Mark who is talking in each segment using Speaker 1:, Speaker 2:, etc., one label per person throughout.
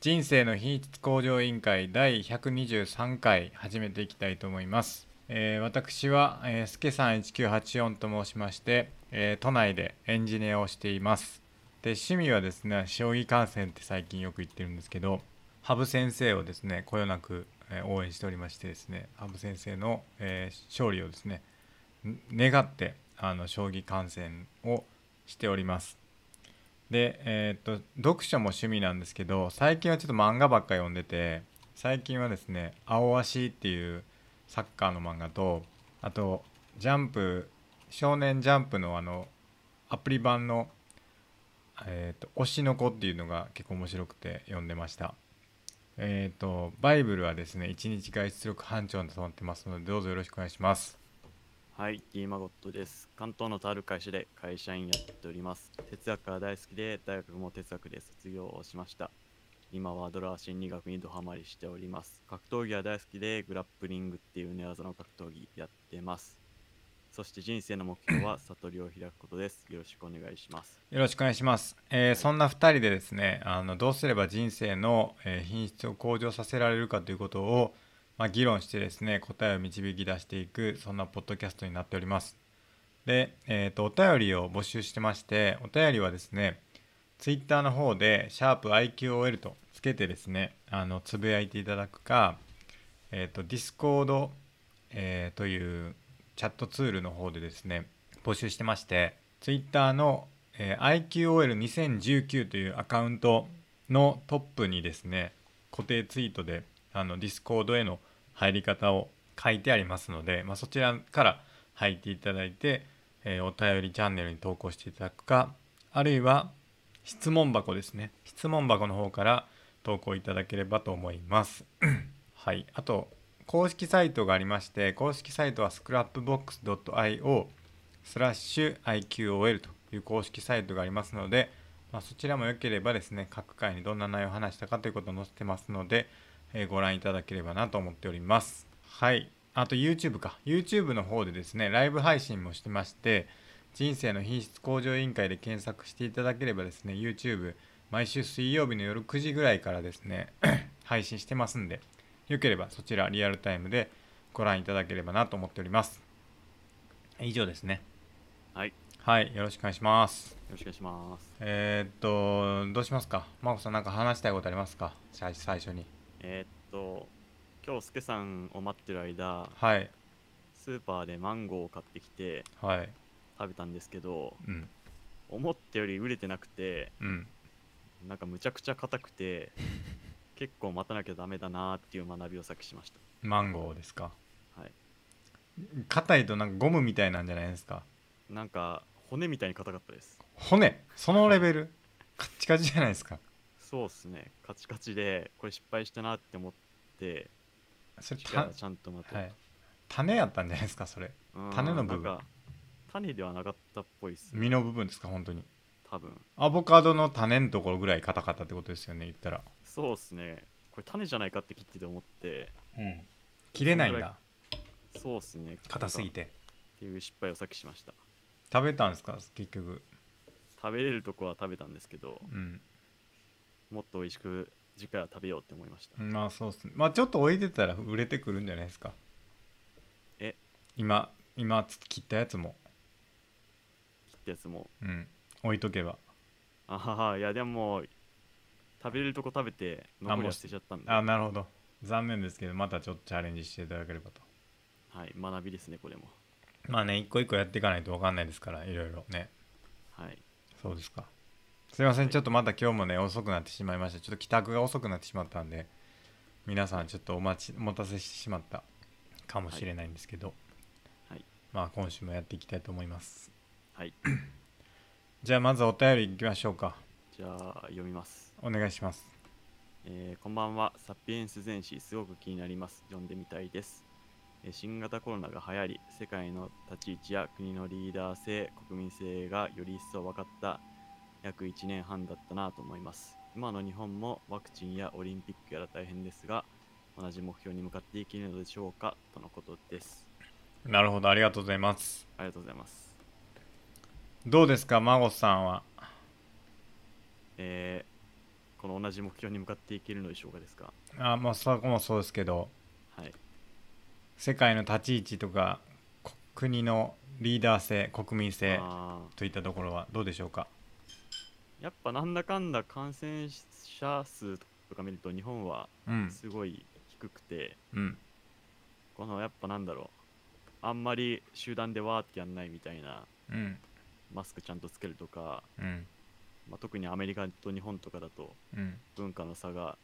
Speaker 1: 人生の品質向上委員会第123回始めていきたいと思います、えー私は、えー、すけさん1984と申しまして、えー都内でエンジニアをしていますで趣味はですね将棋観戦って最近よく言ってるんですけど羽生先生をですねこよなくえー応援しておりましてですね羽生先生の、えー勝利をですねん願ってあの将棋観戦をしておりますで、えーっと読書も趣味なんですけど最近はちょっと漫画ばっか読んでて最近はですね「青足」っていうサッカーの漫画とあと「ジャンプ少年ジャンプの」あのアプリ版の「えーっと推しの子」っていうのが結構面白くて読んでました。えー、とバイブルはですね1日外出力班長となってますのでどうぞよろしくお願いします
Speaker 2: はい、D マゴットです。関東のとある会社で会社員やっております。哲学が大好きで、大学も哲学で卒業をしました。今はドラー心理学にドハマりしております。格闘技は大好きで、グラップリングっていう寝技の格闘技やってます。そして人生の目標は 悟りを開くことです。よろしくお願いします。
Speaker 1: よろしくお願いします、えーそんな2人でですねあのどうすれば人生のえー品質を向上させられるかということを、まあ、議論してですね答えを導き出していくそんなポッドキャストになっておりますで、えー、とお便りを募集してましてお便りはですねツイッターの方で「シャープ i q o l とつけてですねあのつぶやいていただくか、えー、とディスコード、えーというチャットツールの方でですね募集してましてツイッターの、えー IQOL2019 というアカウントのトップにですね固定ツイートであのディスコードへの入り方を書いてありますので、まあ、そちらから入っていただいて、えーお便りチャンネルに投稿していただくかあるいは質問箱ですね質問箱の方から投稿いただければと思います。 はい、あと公式サイトがありまして公式サイトは scrapbox.io スラッシュ IQOL という公式サイトがありますので、まあ、そちらもよければですね各回にどんな内容を話したかということを載せてますので、えーご覧いただければなと思っておりますはいあと YouTube か YouTube の方でですねライブ配信もしてまして人生の品質向上委員会で検索していただければですね YouTube 毎週水曜日の夜9時ぐらいからですね 配信してますんでよければそちらリアルタイムでご覧いただければなと思っております以上ですね
Speaker 2: はい、よ
Speaker 1: はい、よろしくお願いします。
Speaker 2: ろしくお願いします。
Speaker 1: えー、っと、どうしますか真帆さん、なんか話したいことありますか最最初に。
Speaker 2: えーっと、今日、スケさんを待ってる間、
Speaker 1: はい、
Speaker 2: スーパーでマンゴーを買ってきて
Speaker 1: はい、
Speaker 2: 食べたんですけど、
Speaker 1: うん、
Speaker 2: 思ったより売れてなくて
Speaker 1: うん。
Speaker 2: なんかむちゃくちゃ硬くて結構待たなきゃダメだなーっていう学びを先しまし
Speaker 1: マンゴーですか。
Speaker 2: たはい
Speaker 1: 硬いとなんかゴムみたいなんじゃないですか。
Speaker 2: なんか骨みたいに硬かったです
Speaker 1: 骨、そのレベル、カッチカチじゃないですか。
Speaker 2: そうっすねカチカチでこれ失敗したなって思って
Speaker 1: それ、
Speaker 2: 次か
Speaker 1: た
Speaker 2: らちゃんと待て
Speaker 1: はい、種やったんじゃないですか、それ。
Speaker 2: うん
Speaker 1: 種の部分
Speaker 2: なんか種ではなかったっぽいっす
Speaker 1: 実の部分ですか、本当に。
Speaker 2: 多分
Speaker 1: アボカドの種のところぐらい硬かったってことですよね、言ったら。
Speaker 2: そうっすねこれ種じゃないかって切ってて思って
Speaker 1: うん。切れないん
Speaker 2: その
Speaker 1: だ、
Speaker 2: そうっすね
Speaker 1: 硬すぎ
Speaker 2: て
Speaker 1: て。
Speaker 2: っていう失敗を先しました
Speaker 1: 食べたんですか、結局。
Speaker 2: 食べれるとこは食べたんですけど
Speaker 1: うん。
Speaker 2: もっと美味しく次回は食べようって思いました
Speaker 1: まあそうっすねまあちょっと置いてたら売れてくるんじゃないですか
Speaker 2: え
Speaker 1: 今今つ切ったやつも
Speaker 2: 切ったやつも
Speaker 1: うん置いとけば
Speaker 2: あははいやでも食べれるとこ食べて残り
Speaker 1: もう
Speaker 2: は
Speaker 1: し
Speaker 2: 捨てちゃったんで
Speaker 1: あなるほど残念ですけどまたちょっとチャレンジしていただければと
Speaker 2: はい学びですねこれも
Speaker 1: まあね一個一個やっていかないと分かんないですからいろいろね
Speaker 2: はい
Speaker 1: そうですかすいません
Speaker 2: はい
Speaker 1: ちょっとまた今日もね遅くなってしまいましたちょっと帰宅が遅くなってしまったんで皆さんちょっとお待ちお待たせしてしまったかもしれないんですけど、
Speaker 2: はい
Speaker 1: まあ今週もやっていきたいと思います
Speaker 2: はい
Speaker 1: じゃあまずお便りいきましょうか
Speaker 2: じゃあ読みます、
Speaker 1: お願いします
Speaker 2: えーこんばんはサピエンス全史すごく気になります読んでみたいです、えー新型コロナが流行り世界の立ち位置や国のリーダー性国民性がより一層分かった約1年半だったなと思います今の日本もワクチンやオリンピックやら大変ですが同じ目標に向かっていけるのでしょうかとのことです
Speaker 1: なるほどありがとうございます
Speaker 2: ありがとうございます
Speaker 1: どうですか孫さんは
Speaker 2: えこの同じ目標に向かっていけるのでしょうかですか
Speaker 1: あまあそこもそうですけど
Speaker 2: はい
Speaker 1: 世界の立ち位置とかこ国のリーダー性国民性
Speaker 2: あー
Speaker 1: といったところはどうでしょうか
Speaker 2: やっぱなんだかんだ感染者数とか見ると日本は
Speaker 1: うん
Speaker 2: すごい低くて、
Speaker 1: うん
Speaker 2: このやっぱなんだろうあんまり集団でわーってやんないみたいな
Speaker 1: うん
Speaker 2: マスクちゃんとつけるとか、
Speaker 1: うん
Speaker 2: まあ、特にアメリカと日本とかだと
Speaker 1: うん
Speaker 2: 文化の差が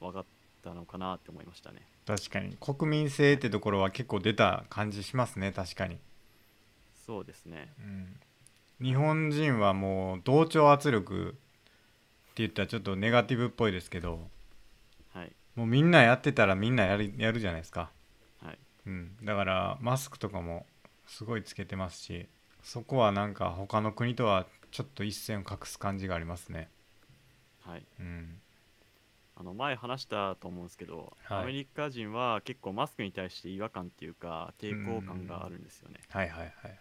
Speaker 2: 分かったのかなって思いましたね
Speaker 1: 確かに国民性ってところは結構出た感じしますね確かに、
Speaker 2: そうですね
Speaker 1: うん、日本人はもう同調圧力って言ったらちょっとネガティブっぽいですけど
Speaker 2: はい
Speaker 1: もうみんなやってたらみんなやるやるじゃないですか、
Speaker 2: はい
Speaker 1: うん、だからマスクとかもすごいつけてますしそこはなんか他の国とはちょっと一線を画す感じがありますね
Speaker 2: はい
Speaker 1: うん
Speaker 2: あの前話したと思うんですけど、
Speaker 1: はい
Speaker 2: アメリカ人は結構マスクに対して違和感っていうか抵抗感があるんですよね
Speaker 1: はいはいはいはい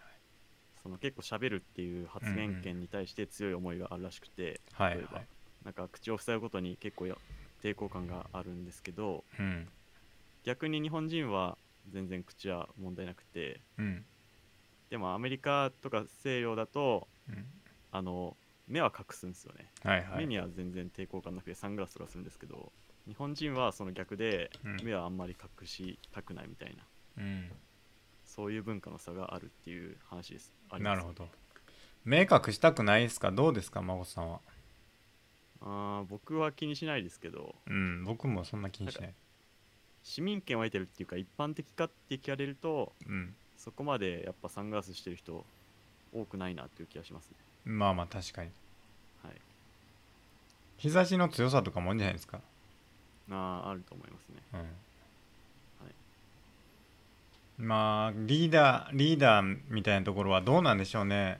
Speaker 2: その結構喋るっていう発言権に対して強い思いがあるらしくて、
Speaker 1: はい
Speaker 2: 例え
Speaker 1: は
Speaker 2: ば
Speaker 1: い
Speaker 2: なんか口を塞ぐことに結構や抵抗感があるんですけど
Speaker 1: うん
Speaker 2: 逆に日本人は全然口は問題なくて
Speaker 1: うん
Speaker 2: でもアメリカとか西洋だと
Speaker 1: うん
Speaker 2: あの目は隠すんですよね、
Speaker 1: はいは
Speaker 2: 目
Speaker 1: い
Speaker 2: には全然抵抗感なくてサングラスとかするんですけど日本人はその逆で
Speaker 1: うん
Speaker 2: 目はあんまり隠したくないみたいな、
Speaker 1: うん
Speaker 2: そういう文化の差があるっていう話ですありま
Speaker 1: な
Speaker 2: す
Speaker 1: るほど明確したくないですかどうですか孫さんは
Speaker 2: あー僕は気にしないですけど
Speaker 1: うん僕もそんな気にしない
Speaker 2: 市民権を得てるっていうか一般的かって聞かれると
Speaker 1: うん
Speaker 2: そこまでやっぱサングラスしてる人多くないなっていう気がしますね
Speaker 1: まあまあ確かに
Speaker 2: はい
Speaker 1: 日差しの強さとかもあるんじゃないですか
Speaker 2: あーあると思いますね
Speaker 1: うんまあリーダーリーダーみたいなところはどうなんでしょうね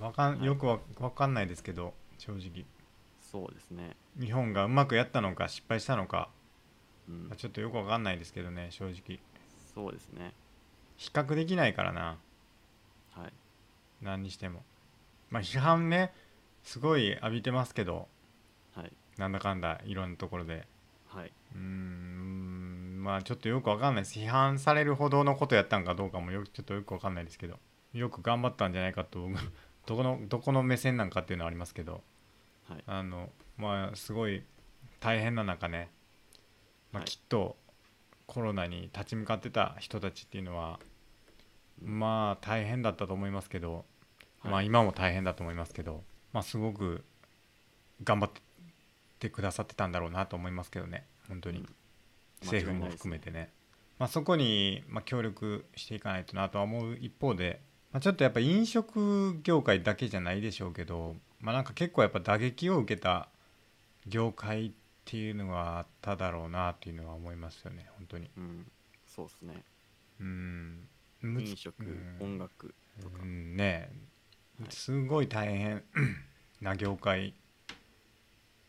Speaker 1: わかん
Speaker 2: はい
Speaker 1: よくわわかんないですけど正直
Speaker 2: そうですね
Speaker 1: 日本がうまくやったのか失敗したのか
Speaker 2: うん
Speaker 1: まあちょっとよくわかんないですけどね正直
Speaker 2: そうですね
Speaker 1: 比較できないからな
Speaker 2: はい
Speaker 1: 何にしてもまあ批判ねすごい浴びてますけど
Speaker 2: はい
Speaker 1: なんだかんだいろんなところで
Speaker 2: はい、
Speaker 1: うーんまあちょっとよくわかんないです批判されるほどのことやったんかどうかもよくちょっとよくわかんないですけどよく頑張ったんじゃないかと僕どこのどこの目線なんかっていうのはありますけど
Speaker 2: はい、
Speaker 1: あのまあすごい大変な中ね、まあ、
Speaker 2: はい
Speaker 1: きっとコロナに立ち向かってた人たちっていうのは
Speaker 2: うん
Speaker 1: まあ大変だったと思いますけど、
Speaker 2: はい
Speaker 1: まあ今も大変だと思いますけどまあすごく頑張ってくださってたんだろうなと思いますけどね本当に。
Speaker 2: うん
Speaker 1: 政府も含めてね、まあ、そこに、まあ、協力していかないとなとは思う一方で、まあ、ちょっとやっぱ飲食業界だけじゃないでしょうけど、まあ、なんか結構やっぱ打撃を受けた業界っていうのはあっただろうなっていうのは思いますよね本当に
Speaker 2: うんそうですね
Speaker 1: うんむず
Speaker 2: 飲食
Speaker 1: うん
Speaker 2: 音楽とか
Speaker 1: うんねえ
Speaker 2: はい
Speaker 1: すごい大変 な業界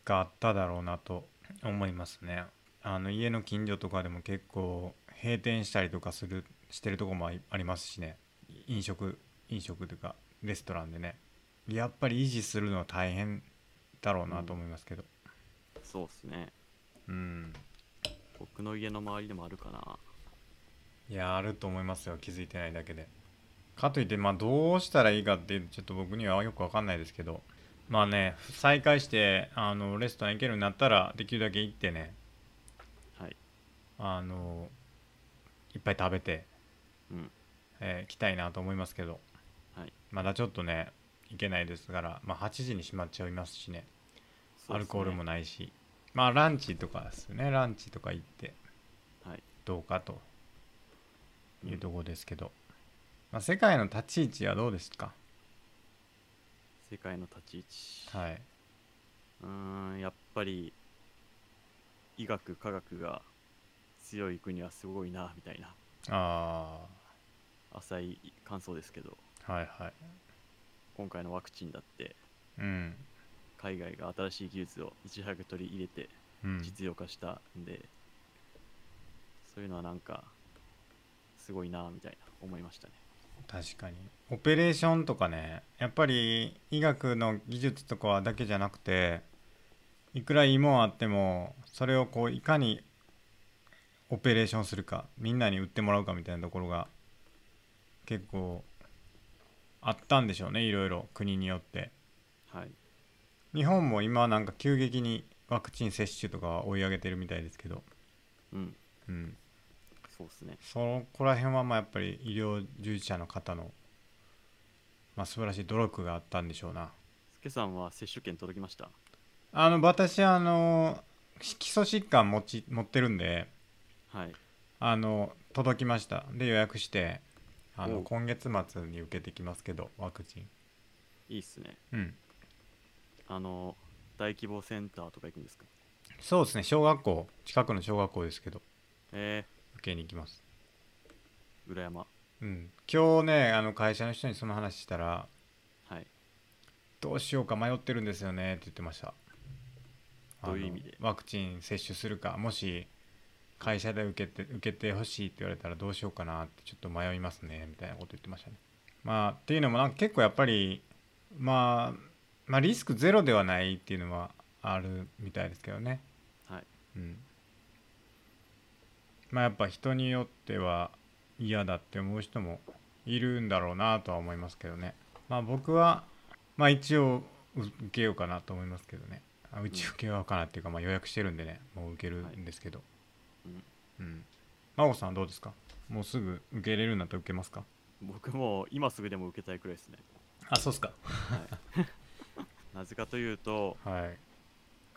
Speaker 1: があっただろうなと思いますねあの家の近所とかでも結構閉店したりとかするしてるとこもありありますしね飲食飲食というかレストランでねやっぱり維持するのは大変だろうなと思いますけど
Speaker 2: そうですね
Speaker 1: うん、
Speaker 2: 僕の家の周りでもあるかない
Speaker 1: やあると思いますよ気づいてないだけでかといってまあどうしたらいいかっていうちょっと僕にはよくわかんないですけどまあね再開してあのレストラン行けるようになったらできるだけ行ってね
Speaker 2: はい
Speaker 1: あのいっぱい食べて、
Speaker 2: うん
Speaker 1: えー来たいなと思いますけど
Speaker 2: はい
Speaker 1: まだちょっとね行けないですから、まあ、8時に閉まっちゃいますしね
Speaker 2: そう
Speaker 1: ア
Speaker 2: っすね
Speaker 1: ルコールもないしまあランチとかですねランチとか行って
Speaker 2: はい
Speaker 1: どうかというところですけど、まあ、世界の立ち位置はどうですか
Speaker 2: 世界の立ち位置、
Speaker 1: はい、
Speaker 2: うーんやっぱり医学科学が強い国はすごいなみたいな
Speaker 1: あ
Speaker 2: 浅い感想ですけど
Speaker 1: あはいはい
Speaker 2: 今回のワクチンだって
Speaker 1: うん、
Speaker 2: 海外が新しい技術をいち早く取り入れて
Speaker 1: うん、
Speaker 2: 実用化したんで、そういうのはなんかすごいなみたいな思いましたね
Speaker 1: 確かにオペレーションとかねやっぱり医学の技術とかだけじゃなくていくらいいもんあってもそれをこういかにオペレーションするかみんなに売ってもらうかみたいなところが結構あったんでしょうねいろいろ国によって
Speaker 2: はい
Speaker 1: 日本も今なんか急激にワクチン接種とかは追い上げてるみたいですけど、
Speaker 2: うん
Speaker 1: うん、
Speaker 2: そうですね
Speaker 1: そこら辺はまあやっぱり医療従事者の方の、まあ、素晴らしい努力があったんでしょうな
Speaker 2: すけさんは接種券届きました
Speaker 1: あの私あの基礎疾患持ち持ってるんで
Speaker 2: はい
Speaker 1: あの届きましたで予約してあ
Speaker 2: お
Speaker 1: の
Speaker 2: う
Speaker 1: 今月末に受けてきますけどワクチン
Speaker 2: いいっすね
Speaker 1: うん
Speaker 2: あの大規模センターとか行くんですか
Speaker 1: そうですね小学校近くの小学校ですけど
Speaker 2: え
Speaker 1: 受けに行きます
Speaker 2: ー、裏山
Speaker 1: うん今日ねあの会社の人にその話したら
Speaker 2: はい
Speaker 1: どうしようか迷ってるんですよねって言ってました
Speaker 2: どういう
Speaker 1: あの
Speaker 2: 意味で
Speaker 1: ワクチン接種するかもし会社で受けて受けてほしいって言われたらどうしようかなってちょっと迷いますねみたいなこと言ってましたねまあっていうのもなんか結構やっぱりまあまあリスクゼロではないっていうのはあるみたいですけどね
Speaker 2: はい
Speaker 1: うんまあやっぱ人によっては嫌だって思う人もいるんだろうなとは思いますけどねまあ僕はまあ一応う受けようかなと思いますけどねあうち受けようかなっていうかまあ予約してるんでねもう受けるんですけど、
Speaker 2: うん
Speaker 1: うん真帆さんはどうですかもうすぐ受けれるんだったら受けますか
Speaker 2: 僕も今すぐでも受けたいくらいですね、
Speaker 1: あそうっすか
Speaker 2: はい、なぜかというと
Speaker 1: はい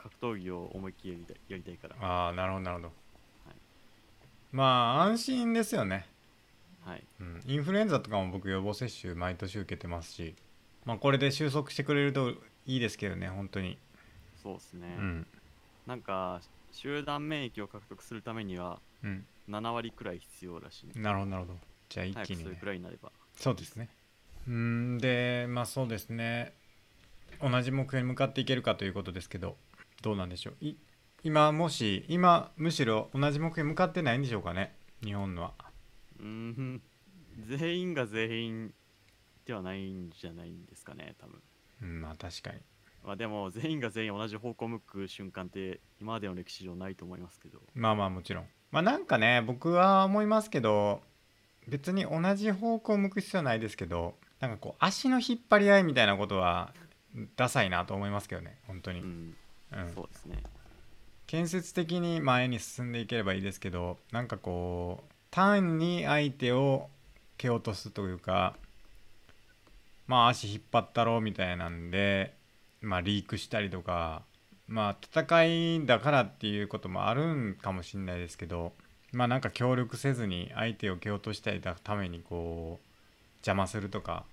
Speaker 2: 格闘技を思いっきりやりたいやりたいから
Speaker 1: ああなるほどなるほど、
Speaker 2: い
Speaker 1: まあ安心ですよね
Speaker 2: はい
Speaker 1: うん、インフルエンザとかも僕予防接種毎年受けてますし、まあ、これで収束してくれるといいですけどね本当に、
Speaker 2: そうですね
Speaker 1: う、ん
Speaker 2: なんか集団免疫を獲得するためには
Speaker 1: うん、
Speaker 2: 7割くらい必要らしいんで、
Speaker 1: なるほどなるほどじゃあ一
Speaker 2: 早
Speaker 1: 気
Speaker 2: く
Speaker 1: に
Speaker 2: それ
Speaker 1: ね
Speaker 2: くらいになれば
Speaker 1: そうですねうんでまあそうですね同じ目標に向かっていけるかということですけどどうなんでしょうい今もし今むしろ同じ目標に向かってないんでしょうかね日本のは
Speaker 2: うーん全員が全員ではないんじゃないんですかね多分
Speaker 1: うんまあ確かに
Speaker 2: まあでも全員が全員同じ方向を向く瞬間って今までの歴史上ないと思いますけど
Speaker 1: まあまあもちろんまあなんかね僕は思いますけど別に同じ方向を向く必要はないですけどなんかこう足の引っ張り合いみたいなことはダサいなと思いますけどね本当に、
Speaker 2: う
Speaker 1: うん
Speaker 2: ん、そうですね
Speaker 1: 建設的に前に進んでいければいいですけどなんかこう単に相手を蹴落とすというかまあ足引っ張ったろうみたいなんでまあリークしたりとかまあ戦いだからっていうこともあるんかもしれないですけどまあなんか協力せずに相手を蹴落としたりだためにこう邪魔するとか、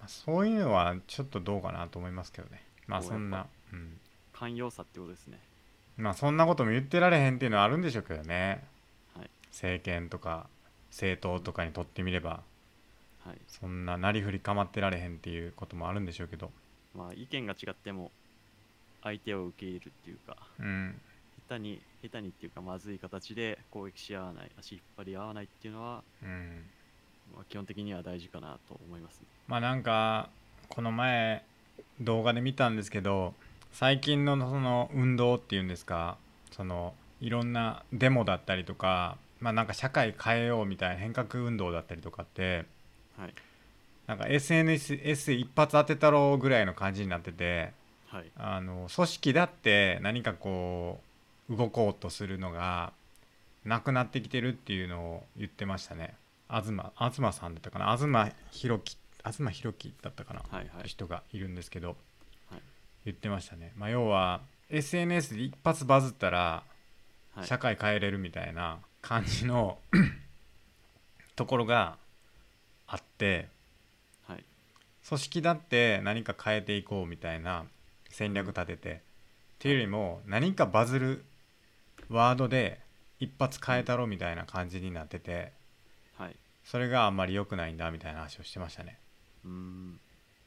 Speaker 1: まあ、そういうのはちょっとどうかなと思いますけどねまあそんな。うん
Speaker 2: 寛容さってことですね
Speaker 1: まあそんなことも言ってられへんっていうのはあるんでしょうけどね、
Speaker 2: はい
Speaker 1: 政権とか政党とかにとってみれば
Speaker 2: はい
Speaker 1: そんななりふり構ってられへんっていうこともあるんでしょうけど
Speaker 2: まあ意見が違っても相手を受け入れるっていうか
Speaker 1: うん
Speaker 2: 下手に下手にっていうかまずい形で攻撃し合わない足引っ張り合わないっていうのは、
Speaker 1: うん
Speaker 2: まあ、基本的には大事かなと思いますね
Speaker 1: まあなんかこの前動画で見たんですけど最近のその運動っていうんですかそのいろんなデモだったりとかまあなんか社会変えようみたいな変革運動だったりとかって
Speaker 2: はい
Speaker 1: なんか SNS S 一発当てたろうぐらいの感じになってて
Speaker 2: はい
Speaker 1: あの組織だって何かこう動こうとするのがなくなってきてるっていうのを言ってましたね東東さんだったかな東博樹東博樹だったかな、
Speaker 2: はいはい
Speaker 1: 人がいるんですけど、
Speaker 2: はい
Speaker 1: 言ってましたね、まあ、要は SNS で一発バズったら
Speaker 2: はい
Speaker 1: 社会変えれるみたいな感じ のところがあって
Speaker 2: はい
Speaker 1: 組織だって何か変えていこうみたいな戦略立ててっていうよりも何かバズるワードで一発変えたろみたいな感じになってて
Speaker 2: はい
Speaker 1: それがあんまり良くないんだみたいな話をしてましたね
Speaker 2: うーん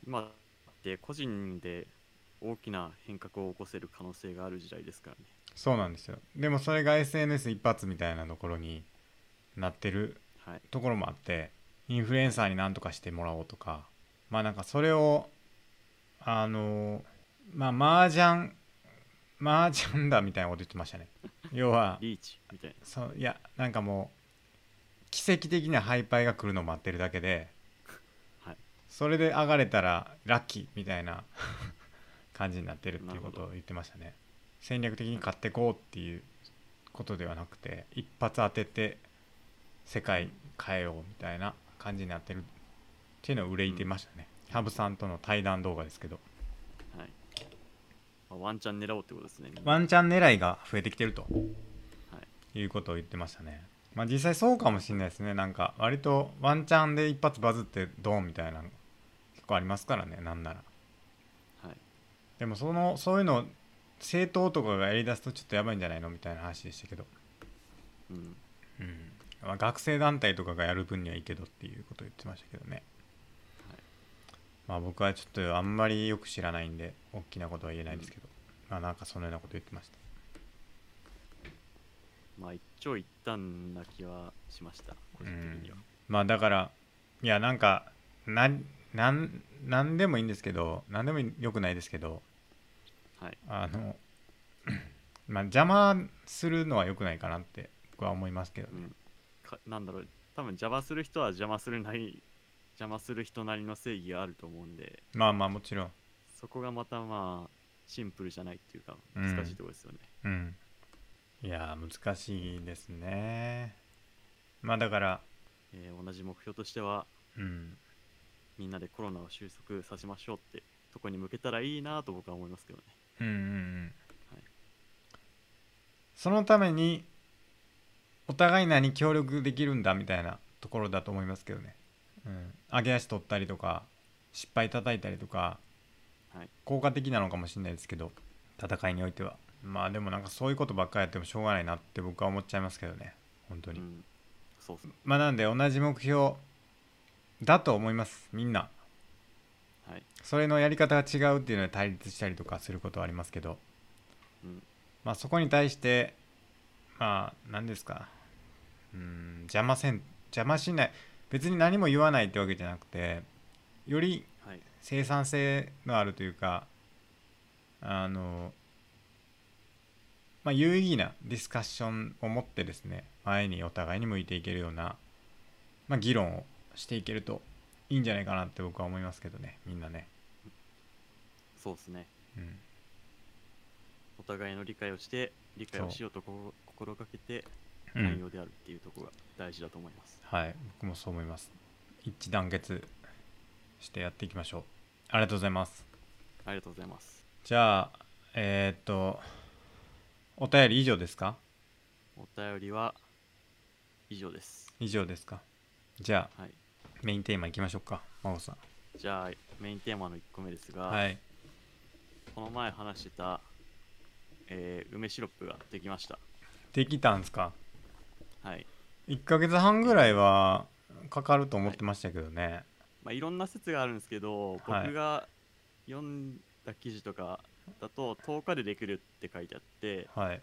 Speaker 2: 今って個人で大きな変革を起こせる可能性がある時代ですからね
Speaker 1: そうなんですよでもそれが SNS 一発みたいなところになってる
Speaker 2: はい
Speaker 1: ところもあってインフルエンサーに何とかしてもらおうとかまあなんかそれをあのまあ麻雀マージャンだみたいなこと言ってましたね要は
Speaker 2: リーチみたいな。
Speaker 1: そういやなんかもう奇跡的なハイパイが来るのを待ってるだけで、
Speaker 2: はい
Speaker 1: それで上がれたらラッキーみたい な感じになってるっていうことを言ってましたね戦略的に買ってこうっていうことではなくて一発当てて世界変えようみたいな感じになってるっていうのを憂いてましたね、ハブさんとの対談動画ですけど
Speaker 2: はい。まあワンチャン狙おうってことですね。みんな
Speaker 1: ワンチャン狙いが増えてきてると、、
Speaker 2: はい
Speaker 1: うことを言ってましたね。まあ実際そうかもしれないですね。なんか割とワンチャンで一発バズってドンみたいなの結構ありますからね、なんなら。
Speaker 2: はい。
Speaker 1: でもそのそういうのを政党とかがやりだすとちょっとやばいんじゃないのみたいな話でしたけど、
Speaker 2: うん。
Speaker 1: うんまあ、学生団体とかがやる分にはいいけどっていうことを言ってましたけどね。
Speaker 2: はい
Speaker 1: まあ僕はちょっとあんまりよく知らないんで大きなことは言えないですけど、まあなんかそのようなこと言ってました。
Speaker 2: まあ、一長一短な気はしました。個人的には。
Speaker 1: まあだからいやなんかなんなんなんでもいいんですけどなんでもよくないですけど
Speaker 2: はい。
Speaker 1: あの まあ邪魔するのはよくないかなって僕は思いますけど
Speaker 2: う
Speaker 1: ね、
Speaker 2: ん。かなんだろう。多分邪魔する人は邪魔するなり、邪魔する人なりの正義があると思うんで、
Speaker 1: まあまあもちろん
Speaker 2: そこがまたまあ、シンプルじゃないっていうか、
Speaker 1: うん
Speaker 2: 難しいところですよね。
Speaker 1: うんいやー難しいですねまあだから
Speaker 2: えー同じ目標としては、
Speaker 1: うん
Speaker 2: みんなでコロナを収束させましょうってとこに向けたらいいなと僕は思いますけどね。
Speaker 1: うんうんうん
Speaker 2: はい
Speaker 1: そのためにお互い何協力できるんだみたいなところだと思いますけどね、うん、上げ足取ったりとか失敗叩いたりとか、
Speaker 2: はい
Speaker 1: 効果的なのかもしれないですけど戦いにおいてはまあでもなんかそういうことばっかりやってもしょうがないなって僕は思っちゃいますけどね本当
Speaker 2: う
Speaker 1: に、
Speaker 2: ん。そうっすね。
Speaker 1: まあなんで同じ目標だと思いますみんな
Speaker 2: はい。
Speaker 1: それのやり方が違うっていうので対立したりとかすることはありますけど
Speaker 2: うん。
Speaker 1: まあ、そこに対してまあ何ですかうーん邪魔せん邪魔しない別に何も言わないってわけじゃなくてより
Speaker 2: はい。
Speaker 1: 生産性のあるというかあのまあ有意義なディスカッションを持ってですね前にお互いに向いていけるような、まあ、議論をしていけるといいんじゃないかなって僕は思いますけどねみんなね。
Speaker 2: そうですね。
Speaker 1: うん
Speaker 2: お互いの理解をして、理解をしようと心心がけて、
Speaker 1: うん
Speaker 2: 内容であるっていうところが大事だと思います。
Speaker 1: はい、僕もそう思います。一致団結してやっていきましょう。ありがとうございます。
Speaker 2: ありがとうございます。
Speaker 1: じゃあ、えーっと、お便り以上ですか
Speaker 2: お便りは以上です。
Speaker 1: 以上ですかじゃあ、
Speaker 2: はい。
Speaker 1: メインテーマいきましょうか、真帆さん。
Speaker 2: じゃあ、メインテーマの1個目ですが、
Speaker 1: はい。
Speaker 2: この前話してた、えー梅シロップができました。
Speaker 1: できたんすか
Speaker 2: はい。
Speaker 1: ?1 ヶ月半ぐらいはかかると思ってましたけどね。
Speaker 2: まあ、いろんな説があるんですけど、
Speaker 1: はい
Speaker 2: 僕が読んだ記事とかだと、10日でできるって書いてあって、
Speaker 1: はい。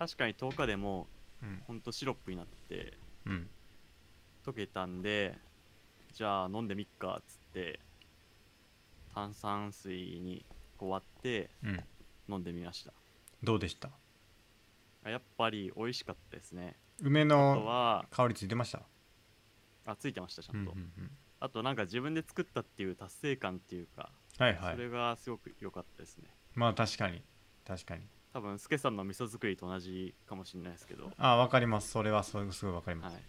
Speaker 2: 確かに10日でも、
Speaker 1: うん。
Speaker 2: ほんとシロップになって、
Speaker 1: うん。
Speaker 2: 溶けたんでじゃあ飲んでみっかっつって炭酸水にこう割って
Speaker 1: うん。
Speaker 2: 飲んでみました
Speaker 1: どうでした
Speaker 2: あやっぱり美味しかったですね
Speaker 1: 梅
Speaker 2: あと
Speaker 1: の
Speaker 2: は
Speaker 1: 香りついてました
Speaker 2: あついてましたちゃ
Speaker 1: うんん
Speaker 2: と、
Speaker 1: うんうん
Speaker 2: あとなんか自分で作ったっていう達成感っていうか、
Speaker 1: はいは
Speaker 2: それ
Speaker 1: い。
Speaker 2: がすごく良かったですね
Speaker 1: まあ確かに。確かに。
Speaker 2: 多分スケさんの味噌作りと同じかもしれないですけど、
Speaker 1: あ、わかります。それはそうすごいわかります
Speaker 2: はい。、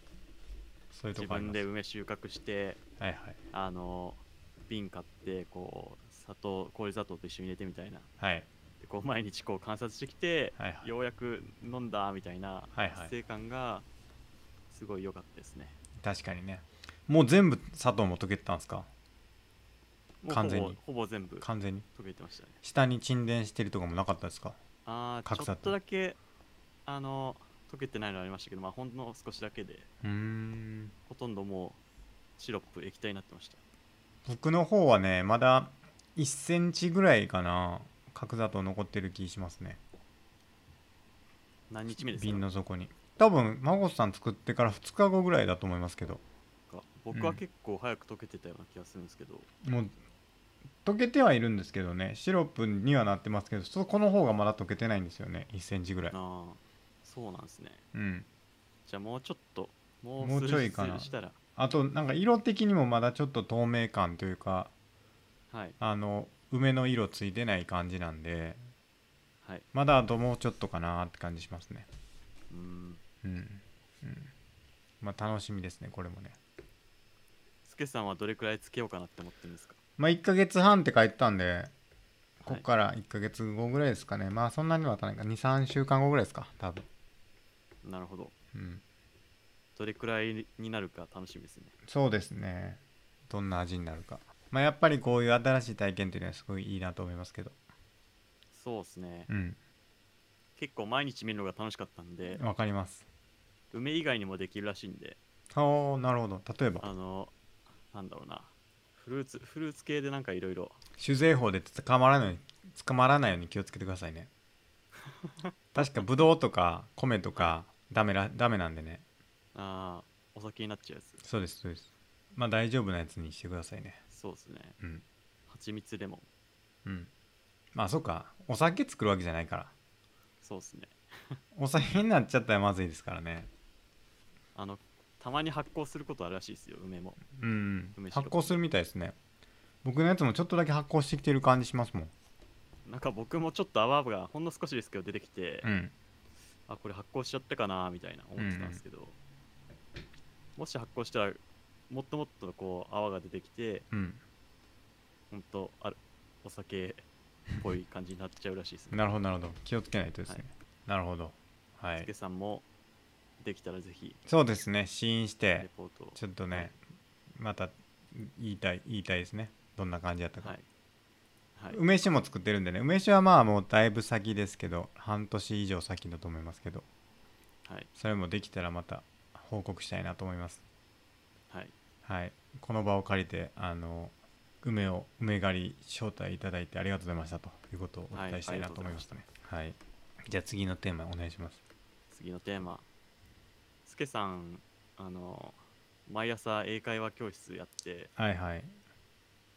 Speaker 1: そういうと
Speaker 2: 自
Speaker 1: こあり
Speaker 2: 分
Speaker 1: ます
Speaker 2: で梅収穫して
Speaker 1: はいはい
Speaker 2: あの瓶買ってこう砂糖氷砂糖と一緒に入れてみたいな
Speaker 1: はい
Speaker 2: でこう毎日こう観察してきて、
Speaker 1: はいはい
Speaker 2: ようやく飲んだみたいな
Speaker 1: はいはい
Speaker 2: 達成感がすごい良かったですね、
Speaker 1: 確かにねもう全部砂糖も溶けてたんですか
Speaker 2: もう
Speaker 1: 完全
Speaker 2: ほ
Speaker 1: に
Speaker 2: ぼほぼ全部溶
Speaker 1: 完全に
Speaker 2: けてましたね
Speaker 1: 下に沈殿してるとかもなかったですか
Speaker 2: ああ
Speaker 1: 隠
Speaker 2: ち
Speaker 1: さ
Speaker 2: ょ
Speaker 1: っ
Speaker 2: ったとだけあの溶けてないのありましたけどまあほんの少しだけで
Speaker 1: うーん
Speaker 2: ほとんどもうシロップ液体になってました
Speaker 1: 僕の方はねまだ1センチぐらいかな角砂糖残ってる気しますね
Speaker 2: 何日目ですか
Speaker 1: 瓶の底に多分孫さん作ってから2日後ぐらいだと思いますけど
Speaker 2: 僕は
Speaker 1: うん
Speaker 2: 結構早く溶けてたような気がするんですけど、
Speaker 1: もう溶けてはいるんですけどねシロップにはなってますけどそこの方がまだ溶けてないんですよね1センチぐらい
Speaker 2: ああそうなんですね
Speaker 1: うん
Speaker 2: じゃあもうちょっとも
Speaker 1: もう
Speaker 2: う
Speaker 1: ちょ
Speaker 2: 数
Speaker 1: い
Speaker 2: 日
Speaker 1: かな
Speaker 2: したら
Speaker 1: あとなんか色的にもまだちょっと透明感というか
Speaker 2: はい
Speaker 1: あの梅の色ついてない感じなんで
Speaker 2: はい
Speaker 1: まだあともうちょっとかなって感じしますね
Speaker 2: うーん
Speaker 1: うん、うん、まあ楽しみですねこれもね
Speaker 2: スケさんはどれくらいつけようかなって思ってるんですか
Speaker 1: まあ1ヶ月半って書いてたんでこ
Speaker 2: は
Speaker 1: っ
Speaker 2: い
Speaker 1: から1ヶ月後ぐらいですかねまあそんなにはたないか23週間後ぐらいですか多分
Speaker 2: なるほど
Speaker 1: うん
Speaker 2: どれくらいになるか楽しみですね
Speaker 1: そうですねどんな味になるかまあやっぱりこういう新しい体験っていうのはすごいいいなと思いますけど
Speaker 2: そうですね
Speaker 1: うん
Speaker 2: 結構毎日見るのが楽しかったんで
Speaker 1: わかります
Speaker 2: 梅以外にもできるらしいんで
Speaker 1: おーなるほど例えば
Speaker 2: あのなんだろうなフルーツフルーツ系でなんかいろいろ
Speaker 1: 酒税法で捕まらない捕まらないように気をつけてくださいね確かブドウとか米とかダメらダメなんでね
Speaker 2: あーお酒になっちゃうやつ
Speaker 1: そうですそうですまあ大丈夫なやつにしてくださいね
Speaker 2: そうですね
Speaker 1: うん
Speaker 2: 蜂蜜レモン
Speaker 1: うんまあそうかお酒作るわけじゃないから
Speaker 2: そうですね
Speaker 1: お酒になっちゃったらまずいですからね
Speaker 2: あのたまに発酵することあるらしいですよ梅も
Speaker 1: うん
Speaker 2: 梅シロッ
Speaker 1: 発
Speaker 2: プ
Speaker 1: 酵するみたいですね僕のやつもちょっとだけ発酵してきてる感じしますもん
Speaker 2: なんか僕もちょっと泡がほんの少しですけど出てきて、
Speaker 1: うん
Speaker 2: あこれ発酵しちゃったかなみたいな思ってたんですけど、もし発酵したらもっともっとこう泡が出てきて
Speaker 1: うん
Speaker 2: ほんとあるお酒っぽい感じになっちゃうらしいですね
Speaker 1: なるほどなるほど気をつけないとですね、
Speaker 2: はい
Speaker 1: なるほどは
Speaker 2: ス
Speaker 1: い
Speaker 2: ケさんもできたらぜひ
Speaker 1: そうですね試飲して
Speaker 2: レポートを
Speaker 1: ちょっとね、また言いたい、言いたいですね。どんな感じだったか。
Speaker 2: はいはい
Speaker 1: 梅酒も作ってるんでね、梅酒はまあもうだいぶ先ですけど、半年以上先だと思いますけど、
Speaker 2: はい
Speaker 1: それもできたらまた報告したいなと思います。
Speaker 2: はい
Speaker 1: はい。この場を借りて、あの、梅を、梅狩り招待いただいてありがとうございましたということをお伝えしたいなと思いましたね。はい。じゃあ次のテーマお願いします。
Speaker 2: 次のテーマスケさんあの毎朝英会話教室やって
Speaker 1: はいはい。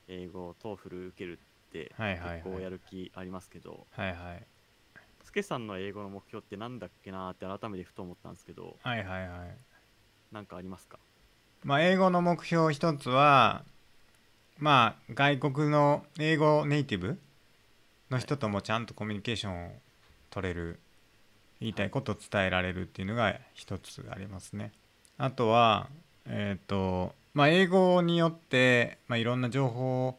Speaker 2: 英語をトーフル受けるって
Speaker 1: はいはいはい
Speaker 2: 結構やる気ありますけど、
Speaker 1: はいはい。
Speaker 2: スケさんの英語の目標ってなんだっけなーって改めてふと思ったんですけど
Speaker 1: はいはいはい。
Speaker 2: なんかありますか
Speaker 1: まあ、英語の目標一つは、まあ、外国の英語ネイティブの人ともちゃんとコミュニケーションを取れる言いたいことを伝えられるっていうのが一つありますね。あとは、えっとまあ、英語によって、まあ、いろんな情報を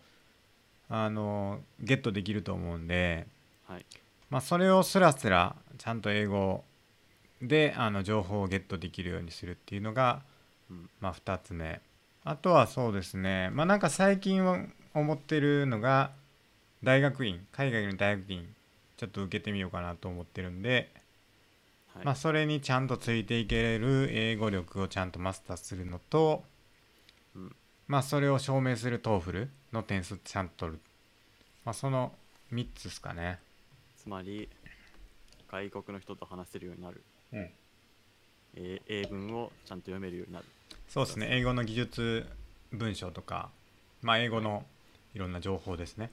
Speaker 1: あのゲットできると思うんで、
Speaker 2: はい
Speaker 1: まあ、それをスラスラちゃんと英語であの情報をゲットできるようにするっていうのが
Speaker 2: うん
Speaker 1: まあ、2つ目あとはそうですねまあなんか最近は思ってるのが大学院海外の大学院ちょっと受けてみようかなと思ってるんで、
Speaker 2: はい、
Speaker 1: まあ、それにちゃんとついていけれる英語力をちゃんとマスターするのと、
Speaker 2: うん
Speaker 1: まあそれを証明する TOEFL の点数ちゃんと取る、まあ、その3つですかね
Speaker 2: つまり外国の人と話せるようになる、
Speaker 1: うん
Speaker 2: えー英文をちゃんと読めるようになる
Speaker 1: そうですね英語の技術文章とかまあ英語のいろんな情報ですね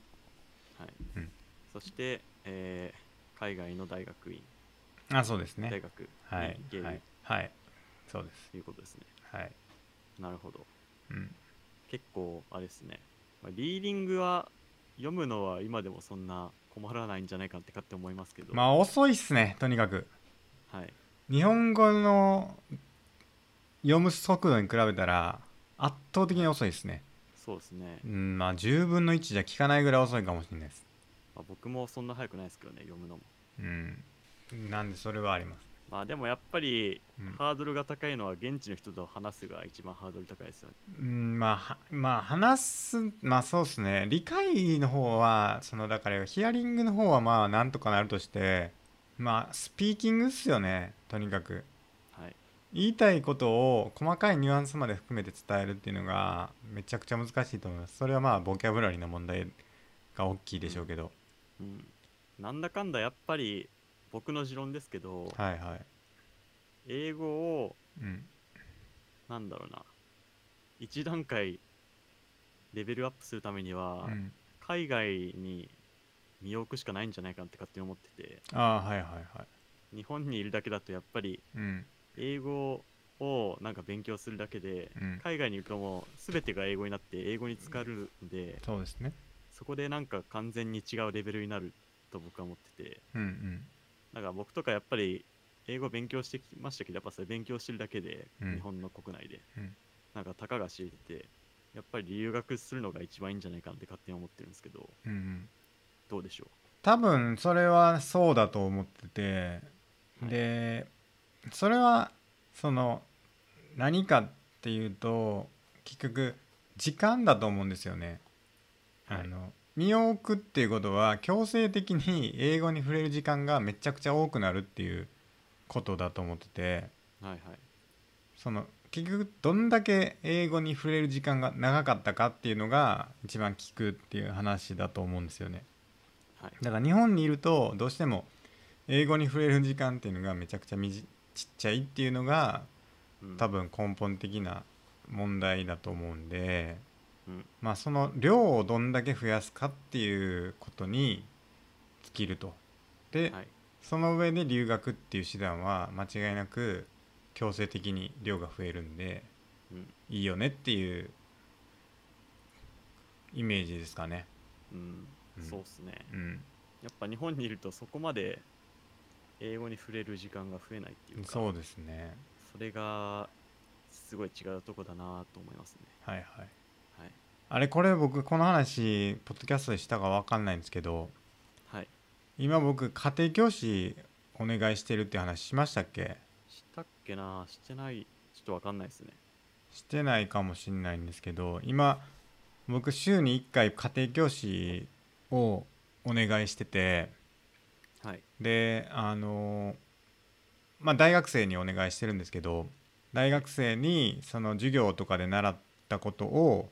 Speaker 2: はい、
Speaker 1: うん
Speaker 2: そして、えー海外の大学院
Speaker 1: あそうですね
Speaker 2: 大学に
Speaker 1: はい
Speaker 2: 行ける、
Speaker 1: はい、はい、そうです
Speaker 2: ということですね
Speaker 1: はい、
Speaker 2: なるほど
Speaker 1: うん、
Speaker 2: 結構あれですねまあリーディングは読むのは今でもそんな困らないんじゃないかって勝手思いますけど、
Speaker 1: まあ遅いっすねとにかく
Speaker 2: はい
Speaker 1: 日本語の読む速度に比べたら圧倒的に遅いですね
Speaker 2: そうですね
Speaker 1: う、んまあ10分の1じゃ聞かないぐらい遅いかもしれないです
Speaker 2: まあ僕もそんな早くないですけどね読むのも
Speaker 1: うんなんでそれはあります、
Speaker 2: まあでもやっぱり
Speaker 1: うん
Speaker 2: ハードルが高いのは現地の人と話すが一番ハードル高いですよね
Speaker 1: うんまあはまあ話すまあそうですね理解の方はそのだからヒアリングの方はまあなんとかなるとしてまあスピーキングっすよねとにかく
Speaker 2: はい
Speaker 1: 言いたいことを細かいニュアンスまで含めて伝えるっていうのがめちゃくちゃ難しいと思いますそれはまあボキャブラリーの問題が大きいでしょうけど、
Speaker 2: うんなんだかんだやっぱり僕の持論ですけど、
Speaker 1: はいはい、
Speaker 2: 英語を
Speaker 1: うん、
Speaker 2: なんだろうな一段階レベルアップするためには、
Speaker 1: うん
Speaker 2: 海外に身を置くしかないんじゃないかなって勝手に思ってて
Speaker 1: ああーはいはいはい
Speaker 2: 日本にいるだけだとやっぱり
Speaker 1: うん
Speaker 2: 英語をなんか勉強するだけで
Speaker 1: うん
Speaker 2: 海外にいるともう全てが英語になって英語に使えるので
Speaker 1: そうですね
Speaker 2: そこでなんか完全に違うレベルになると僕は思ってて
Speaker 1: うんうん
Speaker 2: だから僕とかやっぱり英語勉強してきましたけどやっぱそれ勉強してるだけで、
Speaker 1: うん
Speaker 2: 日本の国内で、
Speaker 1: うん
Speaker 2: なんかたかが知れててやっぱり留学するのが一番いいんじゃないかなって勝手に思ってるんですけど
Speaker 1: うんうん
Speaker 2: どうでしょ
Speaker 1: 多分それはそうだと思ってて
Speaker 2: う、はい、
Speaker 1: でそれはその何かっていうと結局時間だと思うんですよね。
Speaker 2: はい
Speaker 1: あの身を置くっていうことは強制的に英語に触れる時間がめちゃくちゃ多くなるっていうことだと思ってて
Speaker 2: はいはい
Speaker 1: その結局どんだけ英語に触れる時間が長かったかっていうのが一番効くっていう話だと思うんですよね。
Speaker 2: はい
Speaker 1: だから日本にいるとどうしても英語に触れる時間っていうのがめちゃくちゃみじちっちゃいっていうのが
Speaker 2: うん
Speaker 1: 多分根本的な問題だと思うんで、
Speaker 2: うん
Speaker 1: まあその量をどんだけ増やすかっていうことに尽きると。で、
Speaker 2: はい
Speaker 1: その上で留学っていう手段は間違いなく強制的に量が増えるんで
Speaker 2: うん
Speaker 1: いいよねっていうイメージですかね。
Speaker 2: うん
Speaker 1: うん
Speaker 2: そうっすね
Speaker 1: うん、
Speaker 2: やっぱ日本にいるとそこまで英語に触れる時間が増えないっていうか
Speaker 1: そうですね。
Speaker 2: それがすごい違うとこだなと思いますね
Speaker 1: はいはい。
Speaker 2: はい
Speaker 1: あれこれ僕この話ポッドキャストでしたかわかんないんですけど
Speaker 2: はい
Speaker 1: 今僕家庭教師お願いしてるって話しましたっけ
Speaker 2: したっけなしてないちょっとわかんないですね
Speaker 1: してないかもしんないんですけど今僕週に1回家庭教師をお願いしてて
Speaker 2: はい
Speaker 1: であのまあ大学生にお願いしてるんですけど大学生にその授業とかで習ったことを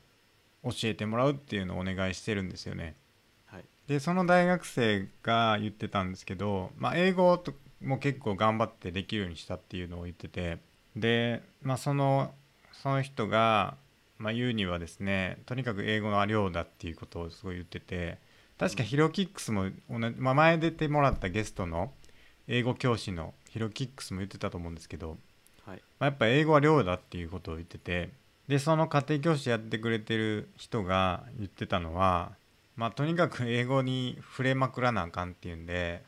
Speaker 1: 教えてもらうっていうのをお願いしてるんですよね。
Speaker 2: はい
Speaker 1: でその大学生が言ってたんですけど、まあ、英語とも結構頑張ってできるようにしたっていうのを言っててで、まあ、そのその人が、まあ、言うにはですねとにかく英語の量だっていうことをすごい言ってて確かヒロキックスも同じ、まあ、前出てもらったゲストの英語教師のヒロキックスも言ってたと思うんですけど、
Speaker 2: はい
Speaker 1: まあ、やっぱ英語は量だっていうことを言っててでその家庭教師やってくれてる人が言ってたのは、まあ、とにかく英語に触れまくらなあかんっていうんで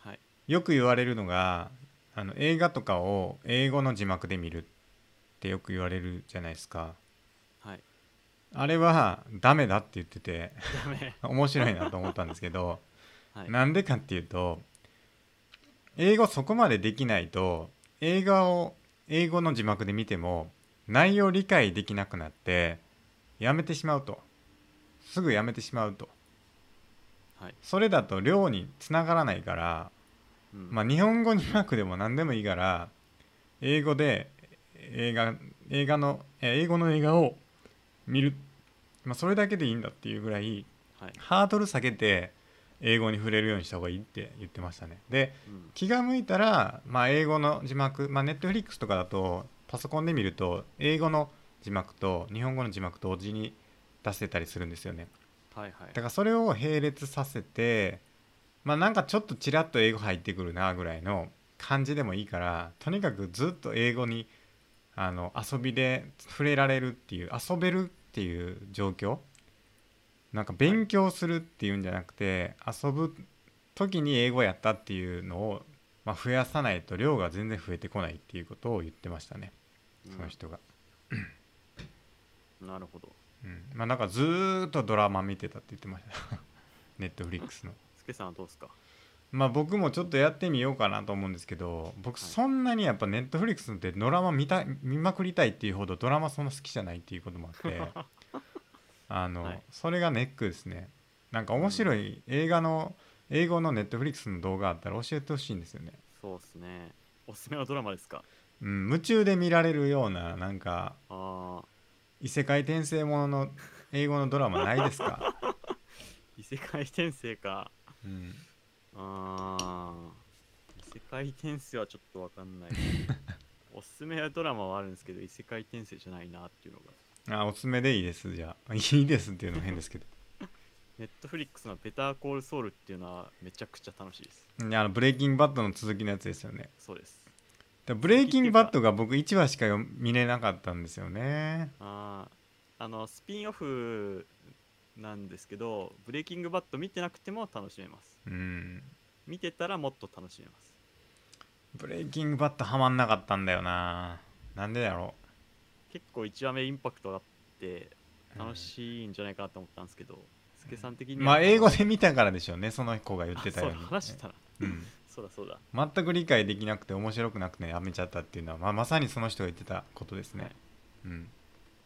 Speaker 2: はい
Speaker 1: よく言われるのがあの映画とかを英語の字幕で見るってよく言われるじゃないですか
Speaker 2: はい
Speaker 1: あれはダメだって言ってて
Speaker 2: ダメ
Speaker 1: 面白いなと思ったんですけど
Speaker 2: はい
Speaker 1: なんでかっていうと英語そこまでできないと映画を英語の字幕で見ても内容理解できなくなってやめてしまうとすぐやめてしまうと
Speaker 2: はい
Speaker 1: それだと量につながらないから、
Speaker 2: うん
Speaker 1: まあ、日本語字幕でも何でもいいから英語で映画映画のえ英語の映画を見る、まあ、それだけでいいんだっていうぐらい
Speaker 2: はい
Speaker 1: ハードル下げて英語に触れるようにした方がいいって言ってましたねで
Speaker 2: うん
Speaker 1: 気が向いたら、まあ、英語の字幕まあネットフリックスとかだとパソコンで見ると英語の字幕と日本語の字幕と同時に出せたりするんですよね
Speaker 2: はいはい
Speaker 1: だからそれを並列させてまあなんかちょっとちらっと英語入ってくるなぐらいの感じでもいいからとにかくずっと英語にあの遊びで触れられるっていう遊べるっていう状況なんか勉強するっていうんじゃなくて遊ぶ時に英語やったっていうのを、まあ、増やさないと量が全然増えてこないっていうことを言ってましたね
Speaker 2: うん
Speaker 1: その人が。
Speaker 2: なるほど
Speaker 1: うん、まあなんかずーっとドラマ見てたって言ってました ネットフリックスの。
Speaker 2: スケさんはどうですか
Speaker 1: まあ僕もちょっとやってみようかなと思うんですけど僕
Speaker 2: はい
Speaker 1: そんなにやっぱネットフリックスってドラマ見た見まくりたいっていうほどドラマそんな好きじゃないっていうこともあって あの、
Speaker 2: はい
Speaker 1: それがネックですねなんか面白い映画の英語のネットフリックスの動画あったら教えてほしいんですよね、
Speaker 2: そうっすねおすすめのドラマですか
Speaker 1: うん、夢中で見られるようななんか
Speaker 2: ああ
Speaker 1: 異世界転生ものの英語のドラマないです か、
Speaker 2: 異世界転生か
Speaker 1: うん、
Speaker 2: あー異世界転生はちょっとわ かんないおすすめドラマはあるんですけど異世界転生じゃないなっていうの が
Speaker 1: あおすすめでいいですじゃあいいですっていうのも変ですけど
Speaker 2: ネットフリックスの「ベターコールソウル」っていうのはめちゃくちゃ楽しいです
Speaker 1: うんあのブレイキングバットの続きのやつですよね
Speaker 2: そうです
Speaker 1: でブレイキングバットが僕1話しか読見れなかったんですよね
Speaker 2: あーあのスピンオフなんですけど「ブレイキングバット」見てなくても楽しめます
Speaker 1: うん
Speaker 2: 見てたらもっと楽しめます
Speaker 1: ブレイキングバットはまんなかったんだよななんでだろ
Speaker 2: 結構1話目インパクトがあって
Speaker 1: うん
Speaker 2: 楽しいんじゃないかなと思ったんですけど、スケさん的
Speaker 1: う
Speaker 2: には
Speaker 1: まあ英語で見たからでしょうねその子が言ってたように
Speaker 2: あそうだ話してたな
Speaker 1: うん
Speaker 2: そうだそうだ
Speaker 1: 全く理解できなくて面白くなくてやめちゃったっていうのは、まあ、まさにその人が言ってたことですね、
Speaker 2: はい
Speaker 1: うん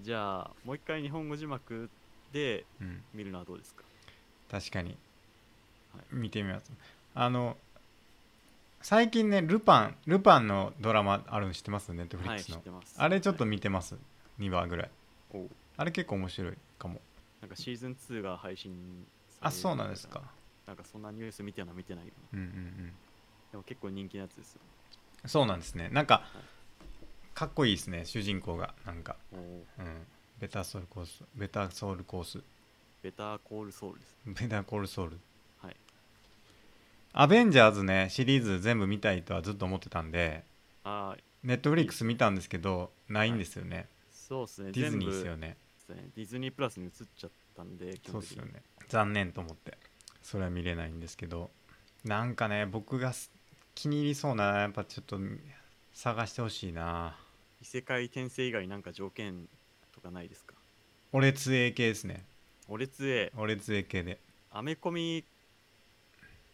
Speaker 2: じゃあもう一回日本語字幕で
Speaker 1: うん
Speaker 2: 見るのはどうですか
Speaker 1: 確かに
Speaker 2: はい
Speaker 1: 見てみますあの最近ねルパンルパンのドラマあるの知ってますネットフリッ
Speaker 2: は
Speaker 1: ク
Speaker 2: い
Speaker 1: ス
Speaker 2: 知
Speaker 1: の、
Speaker 2: ってます
Speaker 1: あれちょっと
Speaker 2: はい
Speaker 1: 見てます、2話ぐらい
Speaker 2: おう
Speaker 1: あれ結構面白いかも
Speaker 2: なんかシーズン2が配信される
Speaker 1: あそうなんですか
Speaker 2: なんかそんなニュース見てるのは見てないよな
Speaker 1: うんうんうん
Speaker 2: でも結構人気のやつですよ
Speaker 1: そうなんですねなんかかっこいいですね主人公がなんか、
Speaker 2: おう
Speaker 1: うん、ベターソウルコースベターソウルコース
Speaker 2: ベターコールソウルです
Speaker 1: ベターコールソウル
Speaker 2: はい
Speaker 1: アベンジャーズねシリーズ全部見たいとはずっと思ってたんで
Speaker 2: あー
Speaker 1: ネットフリックス見たんですけどないんですよね、
Speaker 2: そうですね
Speaker 1: ディズニーです
Speaker 2: 全
Speaker 1: よ
Speaker 2: 部
Speaker 1: ね
Speaker 2: ですねディズニープラスに移っちゃったんで基
Speaker 1: そうで
Speaker 2: 本的
Speaker 1: す
Speaker 2: に
Speaker 1: よね残念と思ってそれは見れないんですけどなんかね僕がす気に入りそうなやっぱちょっと探してほしいな
Speaker 2: 異世界転生以外なんか条件とかないですか
Speaker 1: 俺つえ系ですね
Speaker 2: 俺つえ
Speaker 1: 俺つえ系で
Speaker 2: アメコミ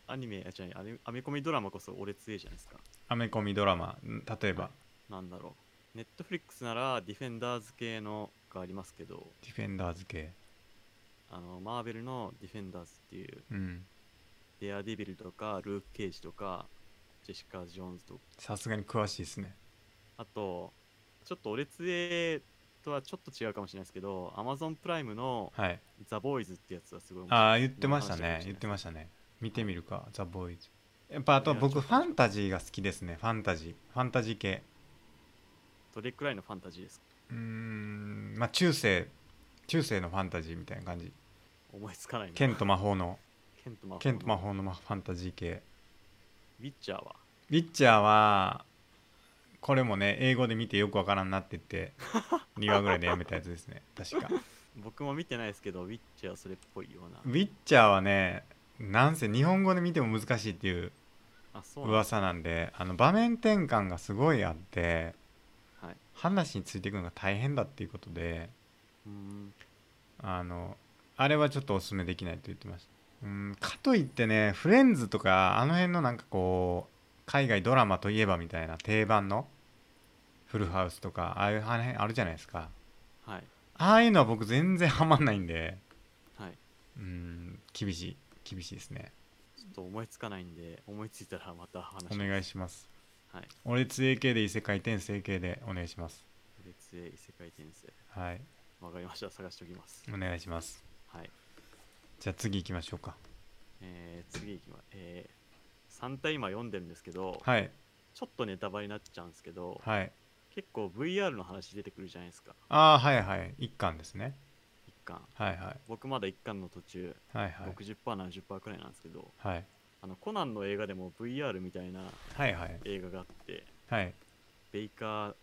Speaker 2: アニメあじゃないアメアメコミドラマこそ俺つえじゃないですか
Speaker 1: アメコミドラマん例えば、
Speaker 2: はなんだろうネットフリックスならディフェンダーズ系のがありますけど
Speaker 1: ディフェンダーズ系
Speaker 2: あのマーベルのディフェンダーズっていう
Speaker 1: うん
Speaker 2: デアデビルとかルーク・ケイジとかジェシカ・ジョーンズとか
Speaker 1: さすがに詳しいですね
Speaker 2: あとちょっと俺つえとはちょっと違うかもしれないですけどアマゾンプライムの
Speaker 1: はい
Speaker 2: ザ・ボーイズってやつはすごい面白い
Speaker 1: ああ言ってました
Speaker 2: 今の話
Speaker 1: ね
Speaker 2: は
Speaker 1: 言ってましたね見てみるかザ・ボーイズやっぱあと
Speaker 2: いやち
Speaker 1: 僕
Speaker 2: ょっ
Speaker 1: フ
Speaker 2: と
Speaker 1: ァンタジーが好きですねファンタジーファンタジー系
Speaker 2: どれくらいのファンタジーですか
Speaker 1: うーんまあ中世中世のファンタジーみたいな感じ
Speaker 2: 思いつかないな
Speaker 1: 剣と魔法の
Speaker 2: 剣と魔法
Speaker 1: 剣と魔法のまファンタジー系
Speaker 2: ウィッチャーは
Speaker 1: ウィッチャーはこれもね英語で見てよくわからんなって言って 2話ぐらいでやめたやつですね確か
Speaker 2: 僕も見てないですけどウィッチャーそれっぽいような
Speaker 1: ウィッチャーはねなんせ日本語で見ても難しいっていう
Speaker 2: あそうなんだ
Speaker 1: 噂なんであの場面転換がすごいあって
Speaker 2: はい
Speaker 1: 話についていくのが大変だっていうことで
Speaker 2: うーん
Speaker 1: あのあれはちょっとおすすめできないと言ってましたうんかといってねフレンズとかあの辺のなんかこう海外ドラマといえばみたいな定番のフルハウスとかああいう辺あるじゃないですか
Speaker 2: はい
Speaker 1: ああいうのは僕全然ハマんないんで
Speaker 2: はい
Speaker 1: うん厳しい厳しいですね
Speaker 2: ちょっと思いつかないんで思いついたらまた話しま
Speaker 1: お
Speaker 2: す
Speaker 1: 願いします
Speaker 2: はい
Speaker 1: 俺つえ系で異世界転生系でお願いします
Speaker 2: 別へ異世界転生
Speaker 1: はい
Speaker 2: わかりました探しておきます
Speaker 1: お願いします
Speaker 2: はい
Speaker 1: じゃあ次行きましょうか
Speaker 2: えー、次いきますえー、3体今読んでるんですけど、
Speaker 1: はい
Speaker 2: ちょっとネタバレになっちゃうんですけど、
Speaker 1: はい
Speaker 2: 結構 VR の話出てくるじゃないですか
Speaker 1: ああはいはい一巻ですね
Speaker 2: 一巻
Speaker 1: はいはい
Speaker 2: 僕まだ一巻の途中、
Speaker 1: はいはい
Speaker 2: 60%70% くらいなんですけど
Speaker 1: はい
Speaker 2: あのコナンの映画でも VR みたいな
Speaker 1: はいはい
Speaker 2: 映画があって
Speaker 1: はい
Speaker 2: ベイカー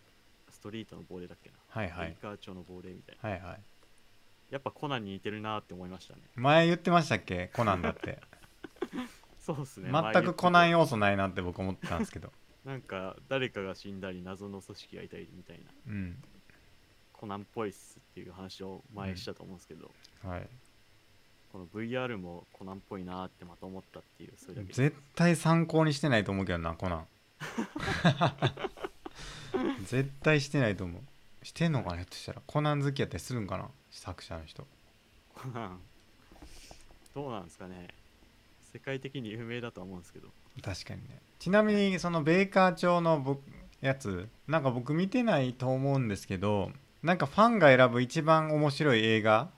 Speaker 2: ストリートの亡霊だっけな、
Speaker 1: はいは
Speaker 2: ベイ
Speaker 1: い
Speaker 2: カー町の亡霊みたいな
Speaker 1: はいはい
Speaker 2: やっぱコナンに似てるなって思いましたね
Speaker 1: 前言ってましたっけコナンだって
Speaker 2: そうですね
Speaker 1: 全くコナン
Speaker 2: よ
Speaker 1: 要素ないなって僕思ってたんですけど
Speaker 2: なんか誰かが死んだり謎の組織がいたりみたいな
Speaker 1: うん
Speaker 2: コナンっぽいっすっていう話を前にしたと思うんですけど、
Speaker 1: はい
Speaker 2: この VR もコナンっぽいなってまた思ったっていうそれだけです
Speaker 1: 絶対参考にしてないと思うけどなコナン絶対してないと思うしてんのかなひょっとしたらコナン好きやったりするんかな作者の人
Speaker 2: コナン どうなんですかね世界的に有名だとは思うんですけど
Speaker 1: 確かにねちなみにそのベーカー調の僕やつなんか僕見てないと思うんですけどなんかファンが選ぶ一番面白い映画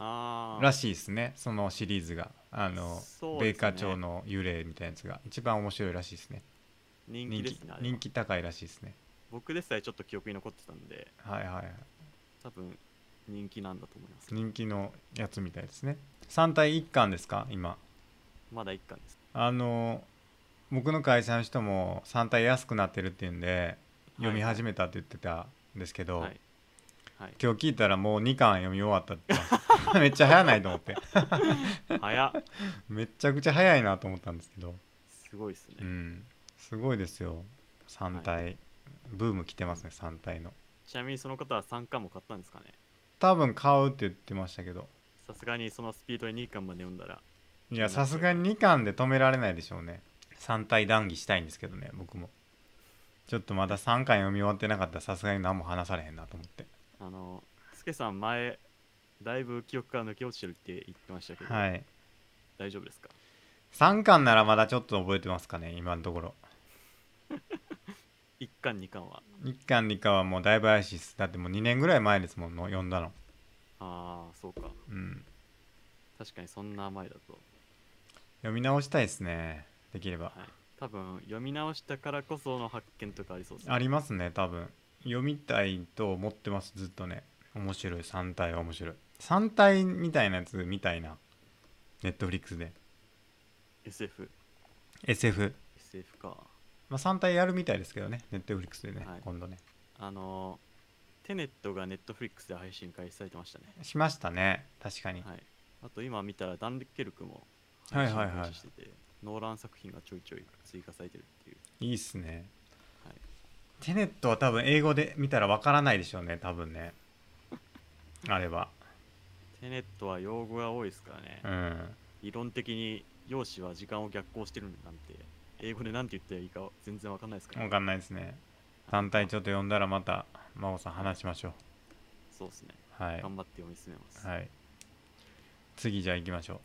Speaker 2: あ
Speaker 1: らしいですねそのシリーズがあの、
Speaker 2: そう
Speaker 1: ベ
Speaker 2: ですね
Speaker 1: ーカー町の幽霊みたいなやつが一番面白いらしいですね
Speaker 2: ー人気
Speaker 1: 人
Speaker 2: で
Speaker 1: 気
Speaker 2: すねあれは
Speaker 1: 人気高いらしいですね
Speaker 2: 僕でさえちょっと記憶に残ってたんで
Speaker 1: はいはいはい
Speaker 2: 多分人気なんだと思います。
Speaker 1: 人気のやつみたいですね3体1巻ですか今
Speaker 2: まだ一巻です。
Speaker 1: あの僕の会社の人も3体安くなってるっていうんで読み始めたって言ってたんですけど、
Speaker 2: はい。はい。
Speaker 1: 今日聞いたらもう2巻読み終わったって めっちゃ早ないと思って
Speaker 2: 早っ。
Speaker 1: めっちゃくちゃ早いなと思ったんですけど、
Speaker 2: すごいですね。
Speaker 1: うん、すごいですよ3体、ブーム来てますね3体の
Speaker 2: ちなみにその方は3巻も買ったんですかね
Speaker 1: 多分買うって言ってましたけど
Speaker 2: さすがにそのスピードで2巻まで読んだら、
Speaker 1: いやさすがに2巻で止められないでしょうね3体談義したいんですけどね僕もちょっとまだ3巻読み終わってなかったらさすがに何も話されへんなと思って
Speaker 2: あの、スケさん前、だいぶ記憶から抜け落ちてるって言ってましたけど、
Speaker 1: はい
Speaker 2: 大丈夫ですか
Speaker 1: 3巻ならまだちょっと覚えてますかね今のところ
Speaker 2: ?1 巻、2巻は。
Speaker 1: 1巻2巻はもうだいぶ怪しいですだってもう2年ぐらい前ですもんの読んだの
Speaker 2: ああ、そうか。
Speaker 1: うん
Speaker 2: 確かにそんな前だと。
Speaker 1: 読み直したいですねできれば
Speaker 2: はい。多分、読み直したからこその発見とかありそうですね。
Speaker 1: ありますね多分読みたいと思ってますずっとね面白い3体は面白い3体みたいなやつみたいなネットフリックスで
Speaker 2: SF。
Speaker 1: SF
Speaker 2: SF か。
Speaker 1: まあ、3体やるみたいですけどね、ネットフリックスでね、
Speaker 2: はい
Speaker 1: 今度ね。
Speaker 2: あの、テネットがネットフリックスで配信開始されてましたね。
Speaker 1: しましたね、確かに。
Speaker 2: はい。あと今見たらダン・リッケルクも
Speaker 1: はい
Speaker 2: 配信
Speaker 1: はいはい
Speaker 2: 開始してて、ノーラン作品がちょいちょい追加されてるっていう。
Speaker 1: いいっすね。
Speaker 2: はい
Speaker 1: テネットは多分英語で見たらわからないでしょうね、多分ね。あれば。
Speaker 2: テネットは用語が多いですからね
Speaker 1: う。ん。
Speaker 2: 理論的に容姿は時間を逆行してるなんて、英語で何て言ったらいいか全然わかんないですから、
Speaker 1: わかんないですね。単体ちょっと読んだらまた、真央さん話しましょう。
Speaker 2: そうですね。
Speaker 1: はい。
Speaker 2: 頑張って読み進めます。
Speaker 1: はい。次じゃあ行きましょ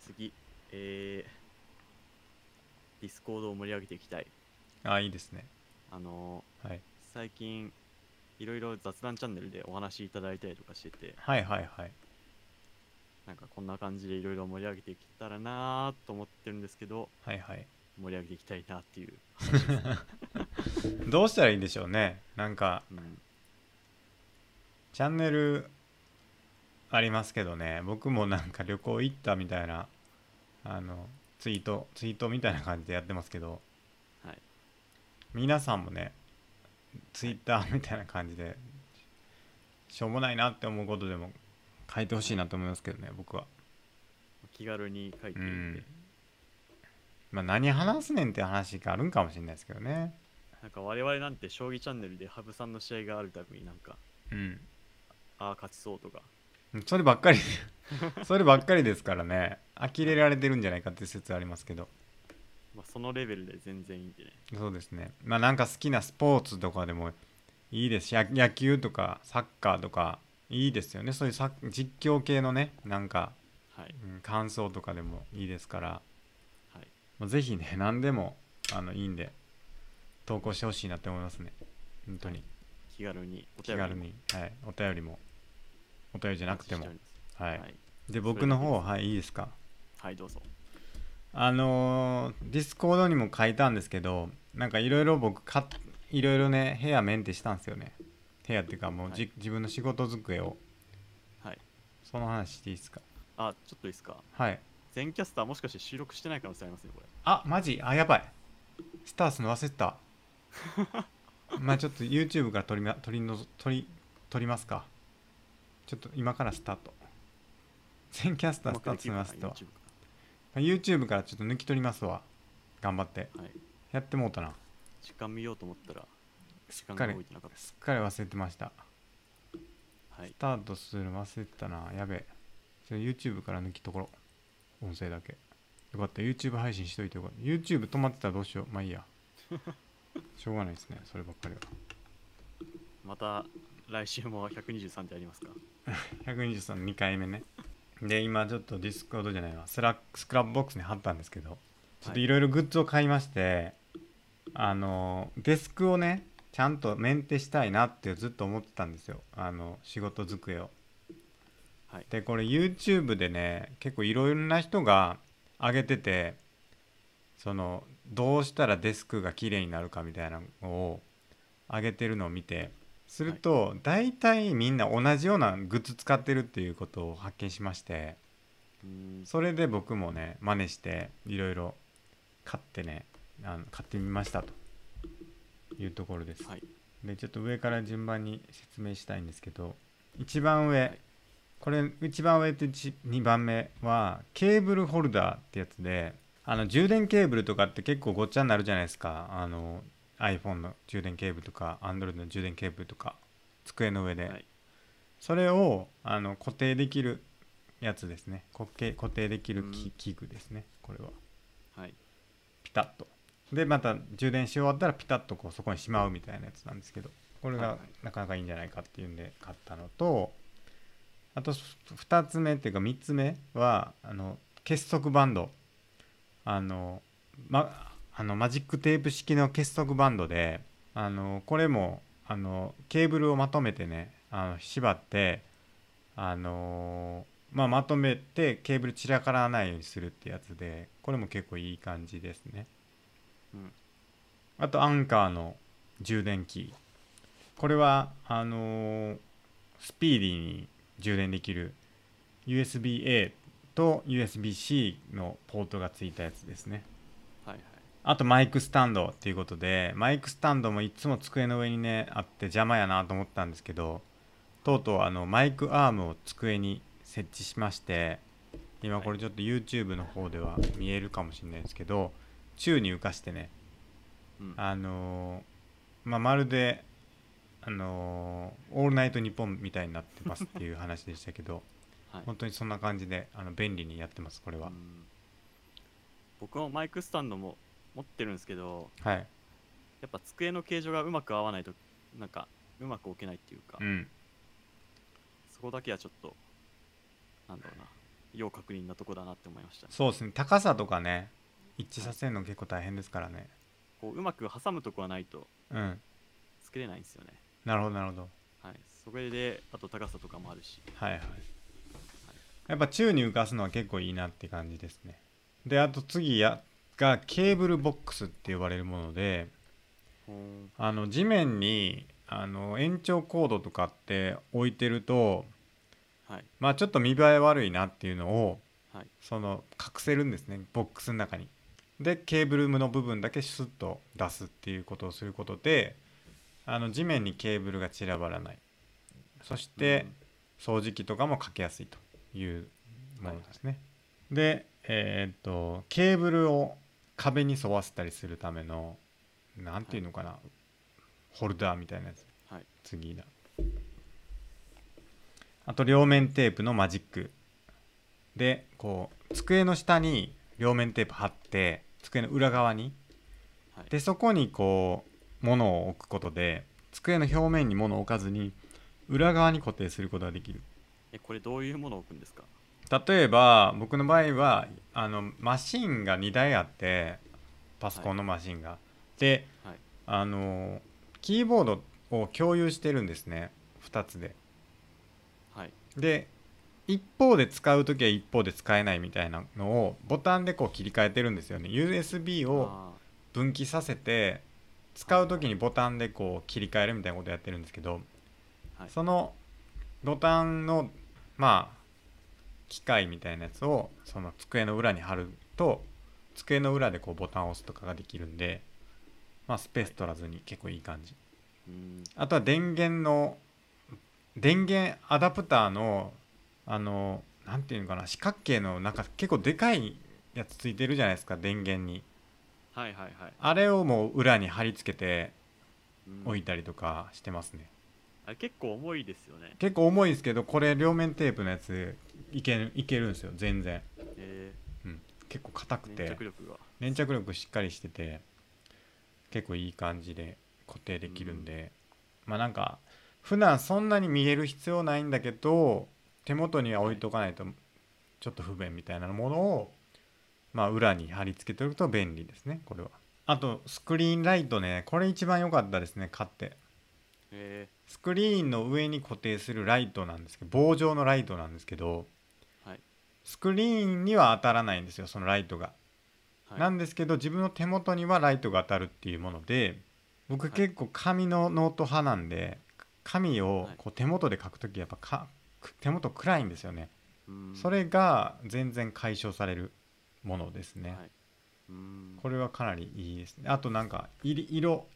Speaker 2: 次、えー、ディスコードを盛り上げていきたい。
Speaker 1: う。あ、いいですね。
Speaker 2: あの
Speaker 1: はい。
Speaker 2: ー最近、いろいろ雑談チャンネルでお話いただいたりとかしてて、
Speaker 1: はいはいはい。
Speaker 2: なんかこんな感じでいろいろ盛り上げていけたらなーと思ってるんですけど、
Speaker 1: はいはい。
Speaker 2: 盛り上げていきたいなっていう。
Speaker 1: どうしたらいいんでしょうね。なんか、
Speaker 2: うん、
Speaker 1: チャンネルありますけどね僕もなんか旅行行ったみたいなあのツイートツイートみたいな感じでやってますけど
Speaker 2: はい。
Speaker 1: 皆さんもねツイッターみたいな感じでしょうもないなって思うことでも書いてほしいなと思いますけどね僕は
Speaker 2: 気軽に書いて
Speaker 1: う
Speaker 2: いて、
Speaker 1: んまあ何話すねんって話があるんかもしれないですけどね
Speaker 2: なんか我々なんて将棋チャンネルで羽生さんの試合があるたびになんか、
Speaker 1: うん
Speaker 2: ああ、勝ちそうとか、
Speaker 1: そればっかり そればっかりですからね呆れられてるんじゃないかって説ありますけど
Speaker 2: まあ、そのレベルで全然いいんでね。
Speaker 1: そうですねまあなんか好きなスポーツとかでもいいですしや野球とかサッカーとかいいですよねそういうさ実況系のねなんか、
Speaker 2: はい。
Speaker 1: うん感想とかでもいいですから
Speaker 2: はい。
Speaker 1: まあぜひね何でもあのいいんで投稿してほしいなって思いますね本当に
Speaker 2: 気軽に、お
Speaker 1: 気
Speaker 2: 便りも
Speaker 1: 軽に、はい、お便りもお便りじゃなくても
Speaker 2: お待ちして
Speaker 1: は
Speaker 2: お
Speaker 1: い、
Speaker 2: りますはい。
Speaker 1: で
Speaker 2: それだけ
Speaker 1: 僕の方はいいいですか
Speaker 2: はい、どうぞ。
Speaker 1: あのーディスコードにも書いたんですけどなんかいろいろ僕買っいろいろね部屋メンテしたんですよね部屋っていうかもうじ、
Speaker 2: は
Speaker 1: 自分の仕事机を
Speaker 2: はい。
Speaker 1: その話していいですか
Speaker 2: あ、ちょっといいですか。
Speaker 1: はい
Speaker 2: 全キャスターもしかして収録してない可能性ありますね、これ。
Speaker 1: あマジあやばいスタースの忘れて たまあちょっと YouTube から撮り,、ま、撮りのぞ撮り撮りますかちょっと今からスタート全キャスタースタートします
Speaker 2: うま
Speaker 1: と
Speaker 2: くできるか
Speaker 1: YouTube からちょっと抜き取りますわ頑張って
Speaker 2: な YouTube かはい。
Speaker 1: やってもうたな
Speaker 2: 時間見ようと思ったら、時間
Speaker 1: か
Speaker 2: が
Speaker 1: り
Speaker 2: 動いてなかった。
Speaker 1: すっかり忘れてました
Speaker 2: はい
Speaker 1: ス。タートするの忘れてたな。やべえ。それ YouTube から抜きところ。音声だけ。よかった。YouTube 配信しといてよかった。YouTube 止まってたらどうしよう。まあ いいや。しょうがないですね。そればっかり
Speaker 2: また来週も123ってありますか
Speaker 1: は。123の2回目ね。で、今ちょっと Discord じゃないわ。スラック、スクラップボックスに貼ったんですけど、ちょっといろいろグッズを買いまして、あの、デスクをね、ちゃんとメンテしたいなってずっと思ってたんですよ。あの、仕事机を。
Speaker 2: はい。
Speaker 1: でこれ YouTube でね結構いろいろな人が上げててそのどうしたらデスクが綺麗になるかみたいなのを上げてるのを見てすると大体みんな同じようなグッズ使ってるっていうことを発見しまして
Speaker 2: うん
Speaker 1: それで僕もね真似していろいろ買ってねあの買ってみましたというところです、
Speaker 2: はい
Speaker 1: でちょっと上から順番に説明したいんですけど一番上、
Speaker 2: い
Speaker 1: これ一番上と2番目はケーブルホルダーってやつであの充電ケーブルとかって結構ごっちゃになるじゃないですかあの iPhone の充電ケーブルとか Android の充電ケーブルとか机の上で、
Speaker 2: はい
Speaker 1: それをあの固定できるやつですね固形固定できるき
Speaker 2: うん
Speaker 1: 器具ですねこれは
Speaker 2: はい
Speaker 1: ピタッとでまた充電し終わったらピタッとこうそこにしまうみたいなやつなんですけどこれ
Speaker 2: は
Speaker 1: が
Speaker 2: いはい
Speaker 1: なかなかいいんじゃないかっていうんで買ったのとあと2つ目っていうか3つ目はあの結束バンドあの,、ま、あのマジックテープ式の結束バンドであのこれもあのケーブルをまとめてねあの縛ってあのまあ、まとめてケーブル散らからないようにするってやつでこれも結構いい感じですね
Speaker 2: うん
Speaker 1: あとアンカーの充電器これはあのースピーディーに充電できる USB-A と USB-C のポートがついたやつですね
Speaker 2: はいはい
Speaker 1: あとマイクスタンドっていうことでマイクスタンドもいつも机の上にねあって邪魔やなと思ったんですけどとうとうあのマイクアームを机に設置しまして今これちょっと YouTube の方では見えるかもしれないですけど宙に浮かしてね
Speaker 2: うん
Speaker 1: あのーまあ、まるで、あのーオールナイトニッポン」みたいになってますっていう話でしたけど
Speaker 2: はい
Speaker 1: 本当にそんな感じであの便利にやってますこれは、
Speaker 2: うん僕もマイクスタンドも持ってるんですけど
Speaker 1: はい、
Speaker 2: やっぱ机の形状がうまく合わないとなんかうまく置けないっていうか、
Speaker 1: うん、
Speaker 2: そこだけはちょっとなんだろうな要確認なとこだなって思いましたね
Speaker 1: そうですね高さとかね一致させるの結構大変ですからね
Speaker 2: こううまく挟むとこはないと
Speaker 1: うん
Speaker 2: 作れないんですよね
Speaker 1: なるほどなるほど
Speaker 2: はいそれであと高さとかもあるし
Speaker 1: はいはいやっぱ宙に浮かすのは結構いいなって感じですねであと次やがケーブルボックスって呼ばれるもので
Speaker 2: ほーん
Speaker 1: あの地面にあの延長コードとかって置いてると
Speaker 2: はい
Speaker 1: まあちょっと見栄え悪いなっていうのを、
Speaker 2: はい
Speaker 1: その隠せるんですねボックスの中に。でケーブルの部分だけシュッと出すっていうことをすることであの地面にケーブルが散らばらないそして
Speaker 2: うん
Speaker 1: 掃除機とかもかけやすいというものですね。でえーっとケーブルを壁に沿わせたりするためのなんていうのかな、ホルダーみたいなやつ
Speaker 2: はい
Speaker 1: 次だあと両面テープのマジックでこう机の下に両面テープ貼って机の裏側に
Speaker 2: はい
Speaker 1: でそこにこう物を置くことで机の表面に物を置かずに裏側に固定することができる
Speaker 2: えこれどういうものを置くんですか
Speaker 1: 例えば僕の場合はあのマシンが2台あってパソコンのマシンが、で
Speaker 2: はい
Speaker 1: あのキーボードを共有してるんですね2つで
Speaker 2: はい
Speaker 1: で一方で使う時は一方で使えないみたいなのをボタンでこう切り替えてるんですよね USB を
Speaker 2: あ
Speaker 1: 分岐させて使う時にボタンでこう切り替えるみたいなことやってるんですけど、
Speaker 2: ーはい
Speaker 1: そのボタンのまあ機械みたいなやつをその机の裏に貼ると机の裏でこうボタンを押すとかができるんで、まあ、スペース取らずに結構いい感じ
Speaker 2: うーん
Speaker 1: あとは電源の電源アダプターのあのなんていうのかな四角形のなんか結構でかいやつついてるじゃないですか電源に
Speaker 2: はいはいはい
Speaker 1: あれをもう裏に貼り付けて
Speaker 2: うん
Speaker 1: 置いたりとかしてますね、
Speaker 2: あれ結構重いですよね
Speaker 1: 結構重いんですけどこれ両面テープのやついけるいけるんですよ全然、
Speaker 2: え
Speaker 1: うん、結構硬く
Speaker 2: ー、
Speaker 1: て
Speaker 2: 粘着力が
Speaker 1: 粘着力しっかりしてて結構いい感じで固定できるんで、まあなんか普段そんなに見える必要ないんだけど手元には置いとかないとちょっと不便みたいなものを、まあ、裏に貼り付けておくと便利ですねこれはあとスクリーンライトねこれ一番良かったですね買って
Speaker 2: え
Speaker 1: スクリーンの上に固定するライトなんですけど棒状のライトなんですけど、
Speaker 2: はい
Speaker 1: スクリーンには当たらないんですよそのライトが、
Speaker 2: ーはい、
Speaker 1: なんですけど自分の手元にはライトが当たるっていうもので僕
Speaker 2: い
Speaker 1: 結構紙のノート派なんで、紙を
Speaker 2: はい
Speaker 1: こう手元で書くときやっぱか手元暗いんですよね
Speaker 2: うん
Speaker 1: それが全然解消されるものですね、
Speaker 2: はいうん
Speaker 1: これはかなりいいですねあとなんかいり色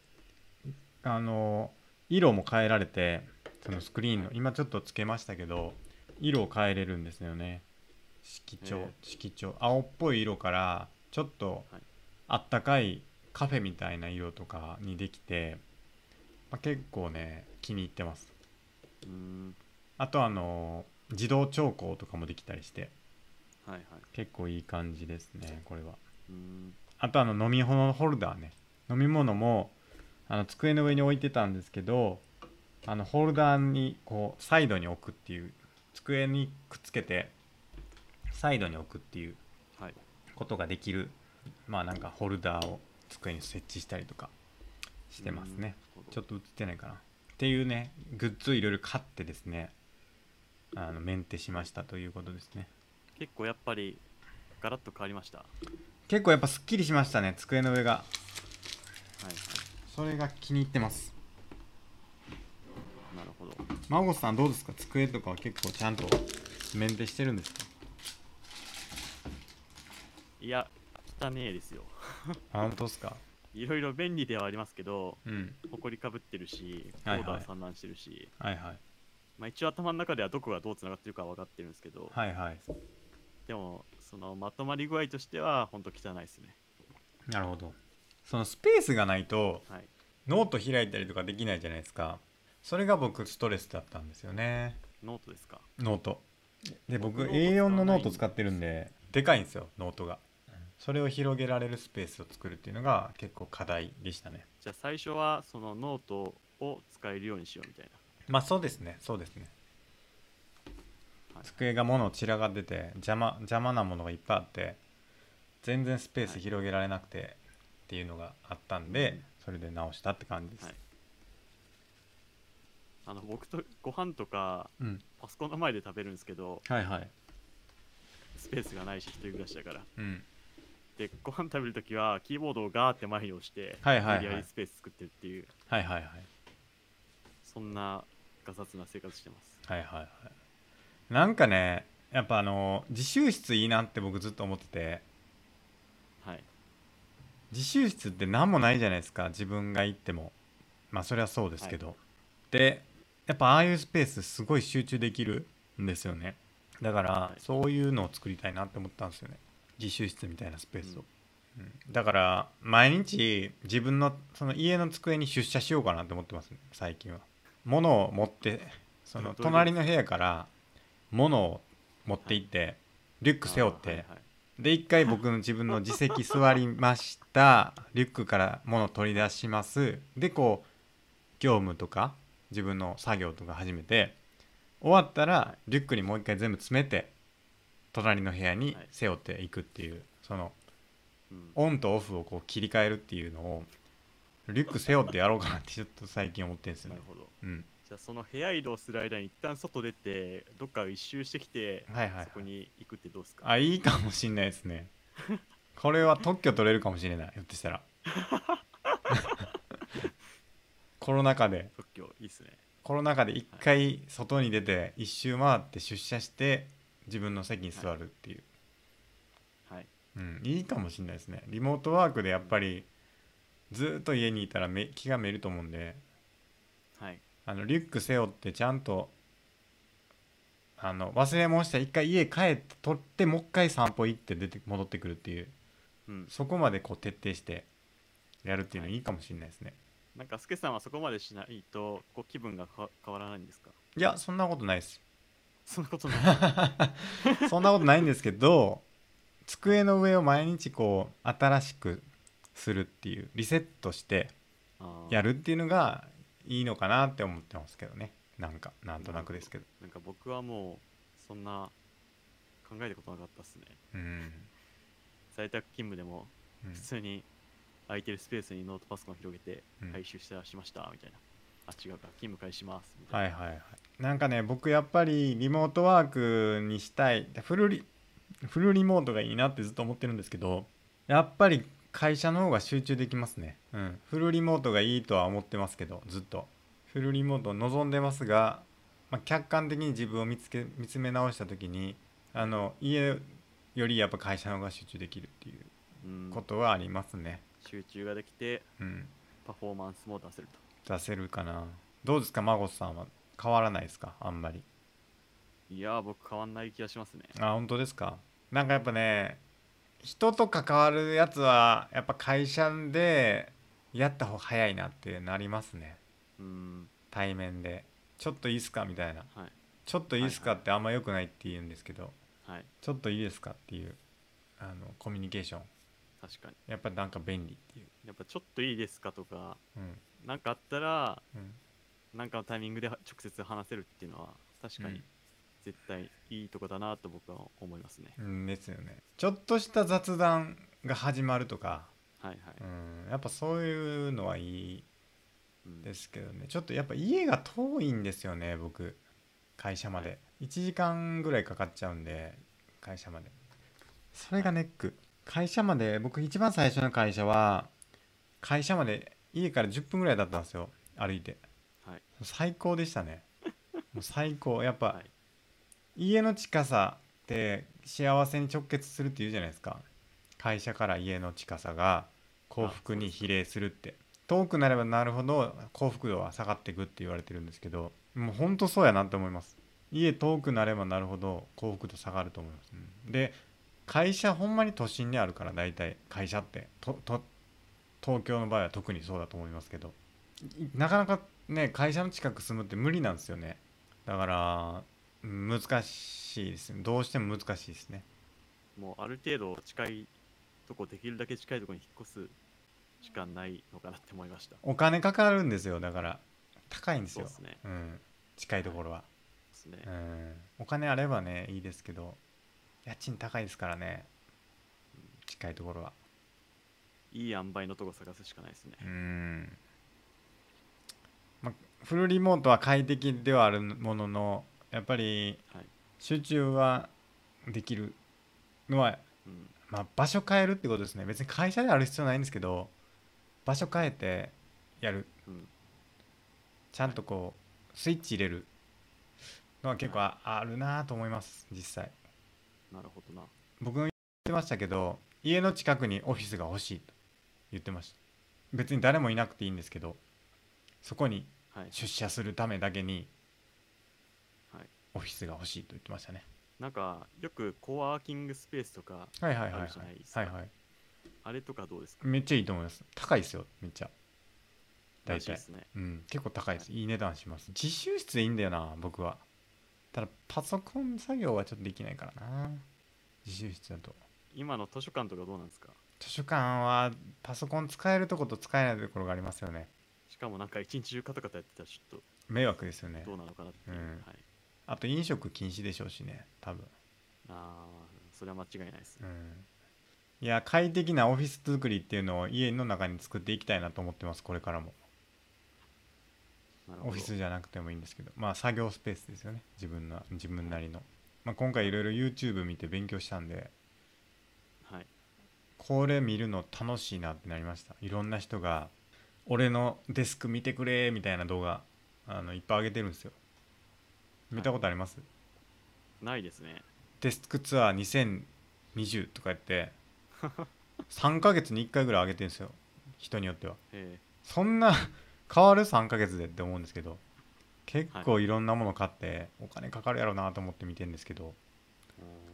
Speaker 1: あの色も変えられてそのスクリーンの今ちょっとつけましたけど色を変えれるんですよね色調、
Speaker 2: え
Speaker 1: 色調青っぽい色からちょっと
Speaker 2: はい
Speaker 1: あったかいカフェみたいな色とかにできて、まあ、結構ね気に入ってます
Speaker 2: うん
Speaker 1: あとあの自動調光とかもできたりして
Speaker 2: はいはい
Speaker 1: 結構いい感じですねこれは
Speaker 2: うん
Speaker 1: あとあの飲み物ホルダーね飲み物もあの机の上に置いてたんですけどあのホルダーにこうサイドに置くっていう机にくっつけてサイドに置くっていう
Speaker 2: はい
Speaker 1: ことができるまあなんかホルダーを机に設置したりとかしてますね
Speaker 2: うん
Speaker 1: ちょっと映ってないかなっていうねグッズをいろいろ買ってですねあのメンテしましたということですね
Speaker 2: 結構やっぱりガラッと変わりましたは
Speaker 1: 結構やっぱすっきりしましたね机の上が
Speaker 2: いは
Speaker 1: それが気に入ってます
Speaker 2: いなるほど
Speaker 1: 孫さんどうですか机とかは結構ちゃんとメンテしてるんですか
Speaker 2: いや汚ねえですよ
Speaker 1: あ本当ですか
Speaker 2: いろいろ便利ではありますけど
Speaker 1: うん
Speaker 2: 埃かぶってるしオ
Speaker 1: はいはい
Speaker 2: ーダー散乱してるし、
Speaker 1: はいはい
Speaker 2: まあ、一応頭の中ではどこがどうつながってるかは分かってるんですけど、
Speaker 1: はいはい
Speaker 2: でもそのまとまり具合としては本当汚いですね
Speaker 1: なるほどそのスペースがないと
Speaker 2: はい
Speaker 1: ノート開いたりとかできないじゃないですかそれが僕ストレスだったんですよね
Speaker 2: ノートですか
Speaker 1: ノートで僕
Speaker 2: 僕ノート使わ
Speaker 1: A4
Speaker 2: ない
Speaker 1: のノート使ってるんででかいんですよノートがそれを広げられるスペースを作るっていうのが結構課題でしたね
Speaker 2: じゃあ最初はそのノートを使えるようにしようみたい
Speaker 1: まあそうですねそうですね
Speaker 2: はい
Speaker 1: 机が物を散らがってて邪魔邪魔なものがいっぱいあって全然スペース広げられなくて、っていうのがあったんで、
Speaker 2: うん
Speaker 1: それで直したって感じです、
Speaker 2: はいなあの僕とご飯とか
Speaker 1: うん
Speaker 2: パソコンの前で食べるんですけど
Speaker 1: はいはい
Speaker 2: スペースがないし一人暮らしだから
Speaker 1: うん
Speaker 2: でご飯食べるときはキーボードをガーって前に押して
Speaker 1: はいはいはい
Speaker 2: 無理やりスペース作ってるっていう
Speaker 1: はいはいはい
Speaker 2: そんなガサツな生活してます
Speaker 1: はいはいはいなんかねやっぱあの自習室いいなって僕ずっと思ってて
Speaker 2: はい
Speaker 1: 自習室って何もないじゃないですか自分が行ってもまあそれはそうですけど、でやっぱああいうスペースすごい集中できるんですよねだから、
Speaker 2: はい
Speaker 1: そういうのを作りたいなって思ったんですよね自習室みたいなスペースを、うんだから毎日自分のその家の机に出社しようかなって思ってますね最近は物を持ってその
Speaker 2: どういうこと
Speaker 1: 隣の部屋から物を持って行って、リュック背負って、
Speaker 2: あーはいはい
Speaker 1: で一回僕の自分の自席座りましたリュックから物取り出しますでこう業務とか自分の作業とか始めて終わったらリュックにもう一回全部詰めて隣の部屋に
Speaker 2: はい
Speaker 1: 背負っていくっていうその
Speaker 2: うん
Speaker 1: オンとオフをこう切り替えるっていうのをリュック背負ってやろうかなってちょっと最近思ってるんですよ
Speaker 2: な
Speaker 1: ね
Speaker 2: る。ほど
Speaker 1: うん、
Speaker 2: じゃあその部屋移動する間に一旦外出てどっか一周してきて、
Speaker 1: はいはいはい
Speaker 2: そこに行くってどうですか
Speaker 1: あいいかもしんないですねこれは特許取れるかもしれないひょっとしたら コロナ禍で
Speaker 2: 特許いいっすね
Speaker 1: コロナ禍で一回外に出て一周回って出社して自分の席に座るっていう、
Speaker 2: はい
Speaker 1: うん、いいかもしんないですねリモートワークでやっぱりずーっと家にいたらめ気がめると思うんで
Speaker 2: はい
Speaker 1: あのリュック背負ってちゃんとあの忘れ物したら一回家帰って取ってもう一回散歩行って出て戻ってくるっていう
Speaker 2: うん
Speaker 1: そこまでこう徹底してやるっていうのいいかもしれないですね。
Speaker 2: なんかスケさんはそこまでしないとこう気分がか変わらないんですか
Speaker 1: いや、そんなことないです。
Speaker 2: そん なことない
Speaker 1: そんなことないんですけど、机の上を毎日こう新しくするっていう、リセットして
Speaker 2: あー
Speaker 1: やるっていうのがいいのかなって思ってますけどね。なんか、なんとなくですけど。
Speaker 2: なんか僕はもうそんな考えたことなかったっすね
Speaker 1: うん。
Speaker 2: 在宅勤務でも
Speaker 1: うん
Speaker 2: 普通に空いてるスペースにノートパソコンを広げて
Speaker 1: うん
Speaker 2: 回収したしましたみたいな、あ違うか勤務開始しますみたい
Speaker 1: は
Speaker 2: ない
Speaker 1: はいはい。なんかね、僕やっぱりリモートワークにしたい、フルリ、フルリモートがいいなってずっと思ってるんですけど、やっぱり会社の方が集中できますね。うん。フルリモートがいいとは思ってますけど、ずっと。フルリモートを望んでますが、まあ、客観的に自分を見つけ見つめ直した時にあの家よりやっぱ会社の方が集中できるっていう
Speaker 2: うん
Speaker 1: ことはありますね。
Speaker 2: 集中ができて
Speaker 1: うん、
Speaker 2: パフォーマンスも出せると
Speaker 1: 出せるかな。どうですか、孫さんは変わらないですか、あんまり。
Speaker 2: いやー僕変わんない気がしますね
Speaker 1: あ、本当ですか。なんかやっぱね、人と関わるやつはやっぱ会社でやった方が早いなってなりますね。
Speaker 2: うん
Speaker 1: 対面で。ちょっといいっすかみたいな。
Speaker 2: はい
Speaker 1: ちょっといいっすかってあんま良くないって言うんですけど、
Speaker 2: はい
Speaker 1: ちょっといいですかっていうあのコミュニケーション。
Speaker 2: 確かに
Speaker 1: やっぱなんか便利っていう。
Speaker 2: やっぱちょっといいですかとか
Speaker 1: うん。
Speaker 2: 何かあったら
Speaker 1: うん。
Speaker 2: 何かのタイミングで直接話せるっていうのは確か
Speaker 1: う
Speaker 2: に
Speaker 1: ん
Speaker 2: 絶対いいとこだなと僕は思いますね、
Speaker 1: うんですよねちょっとした雑談が始まるとか、
Speaker 2: はいはい、
Speaker 1: うん、やっぱそういうのはいい
Speaker 2: うん
Speaker 1: ですけどねちょっとやっぱ家が遠いんですよね僕会社まで、
Speaker 2: は
Speaker 1: 1時間ぐらいかかっちゃうんで会社までそれがネック、会社まで僕一番最初の会社は会社まで家から10分ぐらいだったんですよ歩いて
Speaker 2: はい
Speaker 1: 最高でしたねもう最高やっぱ、
Speaker 2: はい
Speaker 1: 家の近さって幸せに直結するって言うじゃないですか会社から家の近さが幸福に比例するって遠くなればなるほど幸福度は下がっていくって言われてるんですけどもうほんとそうやなって思います家遠くなればなるほど幸福度下がると思います、うんで会社ほんまに都心にあるから大体会社ってとと東京の場合は特にそうだと思いますけどいなかなかね会社の近く住むって無理なんですよねだからうん難しいですねどうしても難しいですね
Speaker 2: もうある程度近いとこできるだけ近いとこに引っ越すしかないのかなって思いました
Speaker 1: お金かかるんですよだから高いんです
Speaker 2: そう
Speaker 1: よ
Speaker 2: ですね
Speaker 1: うん、近いところは、
Speaker 2: そうです
Speaker 1: う
Speaker 2: ね
Speaker 1: ん、お金あればねいいですけど家賃高いですからね近いところはい
Speaker 2: い塩梅のとこ探すしかないですね
Speaker 1: うん、まあ、フルリモートは快適ではあるもののやっぱり
Speaker 2: はい
Speaker 1: 集中はできるのは、
Speaker 2: うん
Speaker 1: まあ、場所変えるってことですね別に会社である必要ないんですけど場所変えてやる
Speaker 2: うん
Speaker 1: ちゃんとこうスイッチ入れるのは結構ああるなと思います実際
Speaker 2: なるほどな
Speaker 1: 僕も言ってましたけど家の近くにオフィスが欲しいと言ってました別に誰もいなくていいんですけどそこに
Speaker 2: はい
Speaker 1: 出社するためだけに
Speaker 2: はい
Speaker 1: オフィスが欲しいと言ってましたね
Speaker 2: なんかよくコワーキングスペースとか
Speaker 1: はいはいはい
Speaker 2: あ
Speaker 1: はい
Speaker 2: るじゃないですか
Speaker 1: はいはい
Speaker 2: あれとかどうですか
Speaker 1: めっちゃいいと思います高いですよめっちゃ大
Speaker 2: らしい
Speaker 1: 体
Speaker 2: ですね
Speaker 1: うん結構高いですいい値段します自習室でいいんだよな僕はただパソコン作業はちょっとできないからな自習室だと
Speaker 2: 今の図書館とかどうなんですか
Speaker 1: 図書館はパソコン使えるとこと使えないところがありますよね
Speaker 2: しかもなんか一日中カタカタやってたらちょっ
Speaker 1: 迷惑ですよね
Speaker 2: とどうなのかなっていう、
Speaker 1: うん
Speaker 2: はい
Speaker 1: あと飲食禁止でしょうしね多分
Speaker 2: あーそれは間違いないです
Speaker 1: う
Speaker 2: ね、
Speaker 1: んいや快適なオフィス作りっていうのを家の中に作っていきたいなと思ってますこれからも
Speaker 2: なるほ
Speaker 1: オ
Speaker 2: ど
Speaker 1: フィスじゃなくてもいいんですけどまあ作業スペースですよね自分の自分なりの、まあ、今回いろいろ YouTube 見て勉強したんで
Speaker 2: はい
Speaker 1: これ見るの楽しいなってなりましたいろんな人が「俺のデスク見てくれ」みたいな動画あのいっぱい上げてるんですよ見たことあります、
Speaker 2: ないですね
Speaker 1: デスクツアー2020とかやって3ヶ月に1回ぐらい上げてるんですよ人によっては
Speaker 2: え
Speaker 1: そんな変わる3ヶ月でって思うんですけど結構いろんなもの買ってお金かかるやろうなと思って見てるんですけど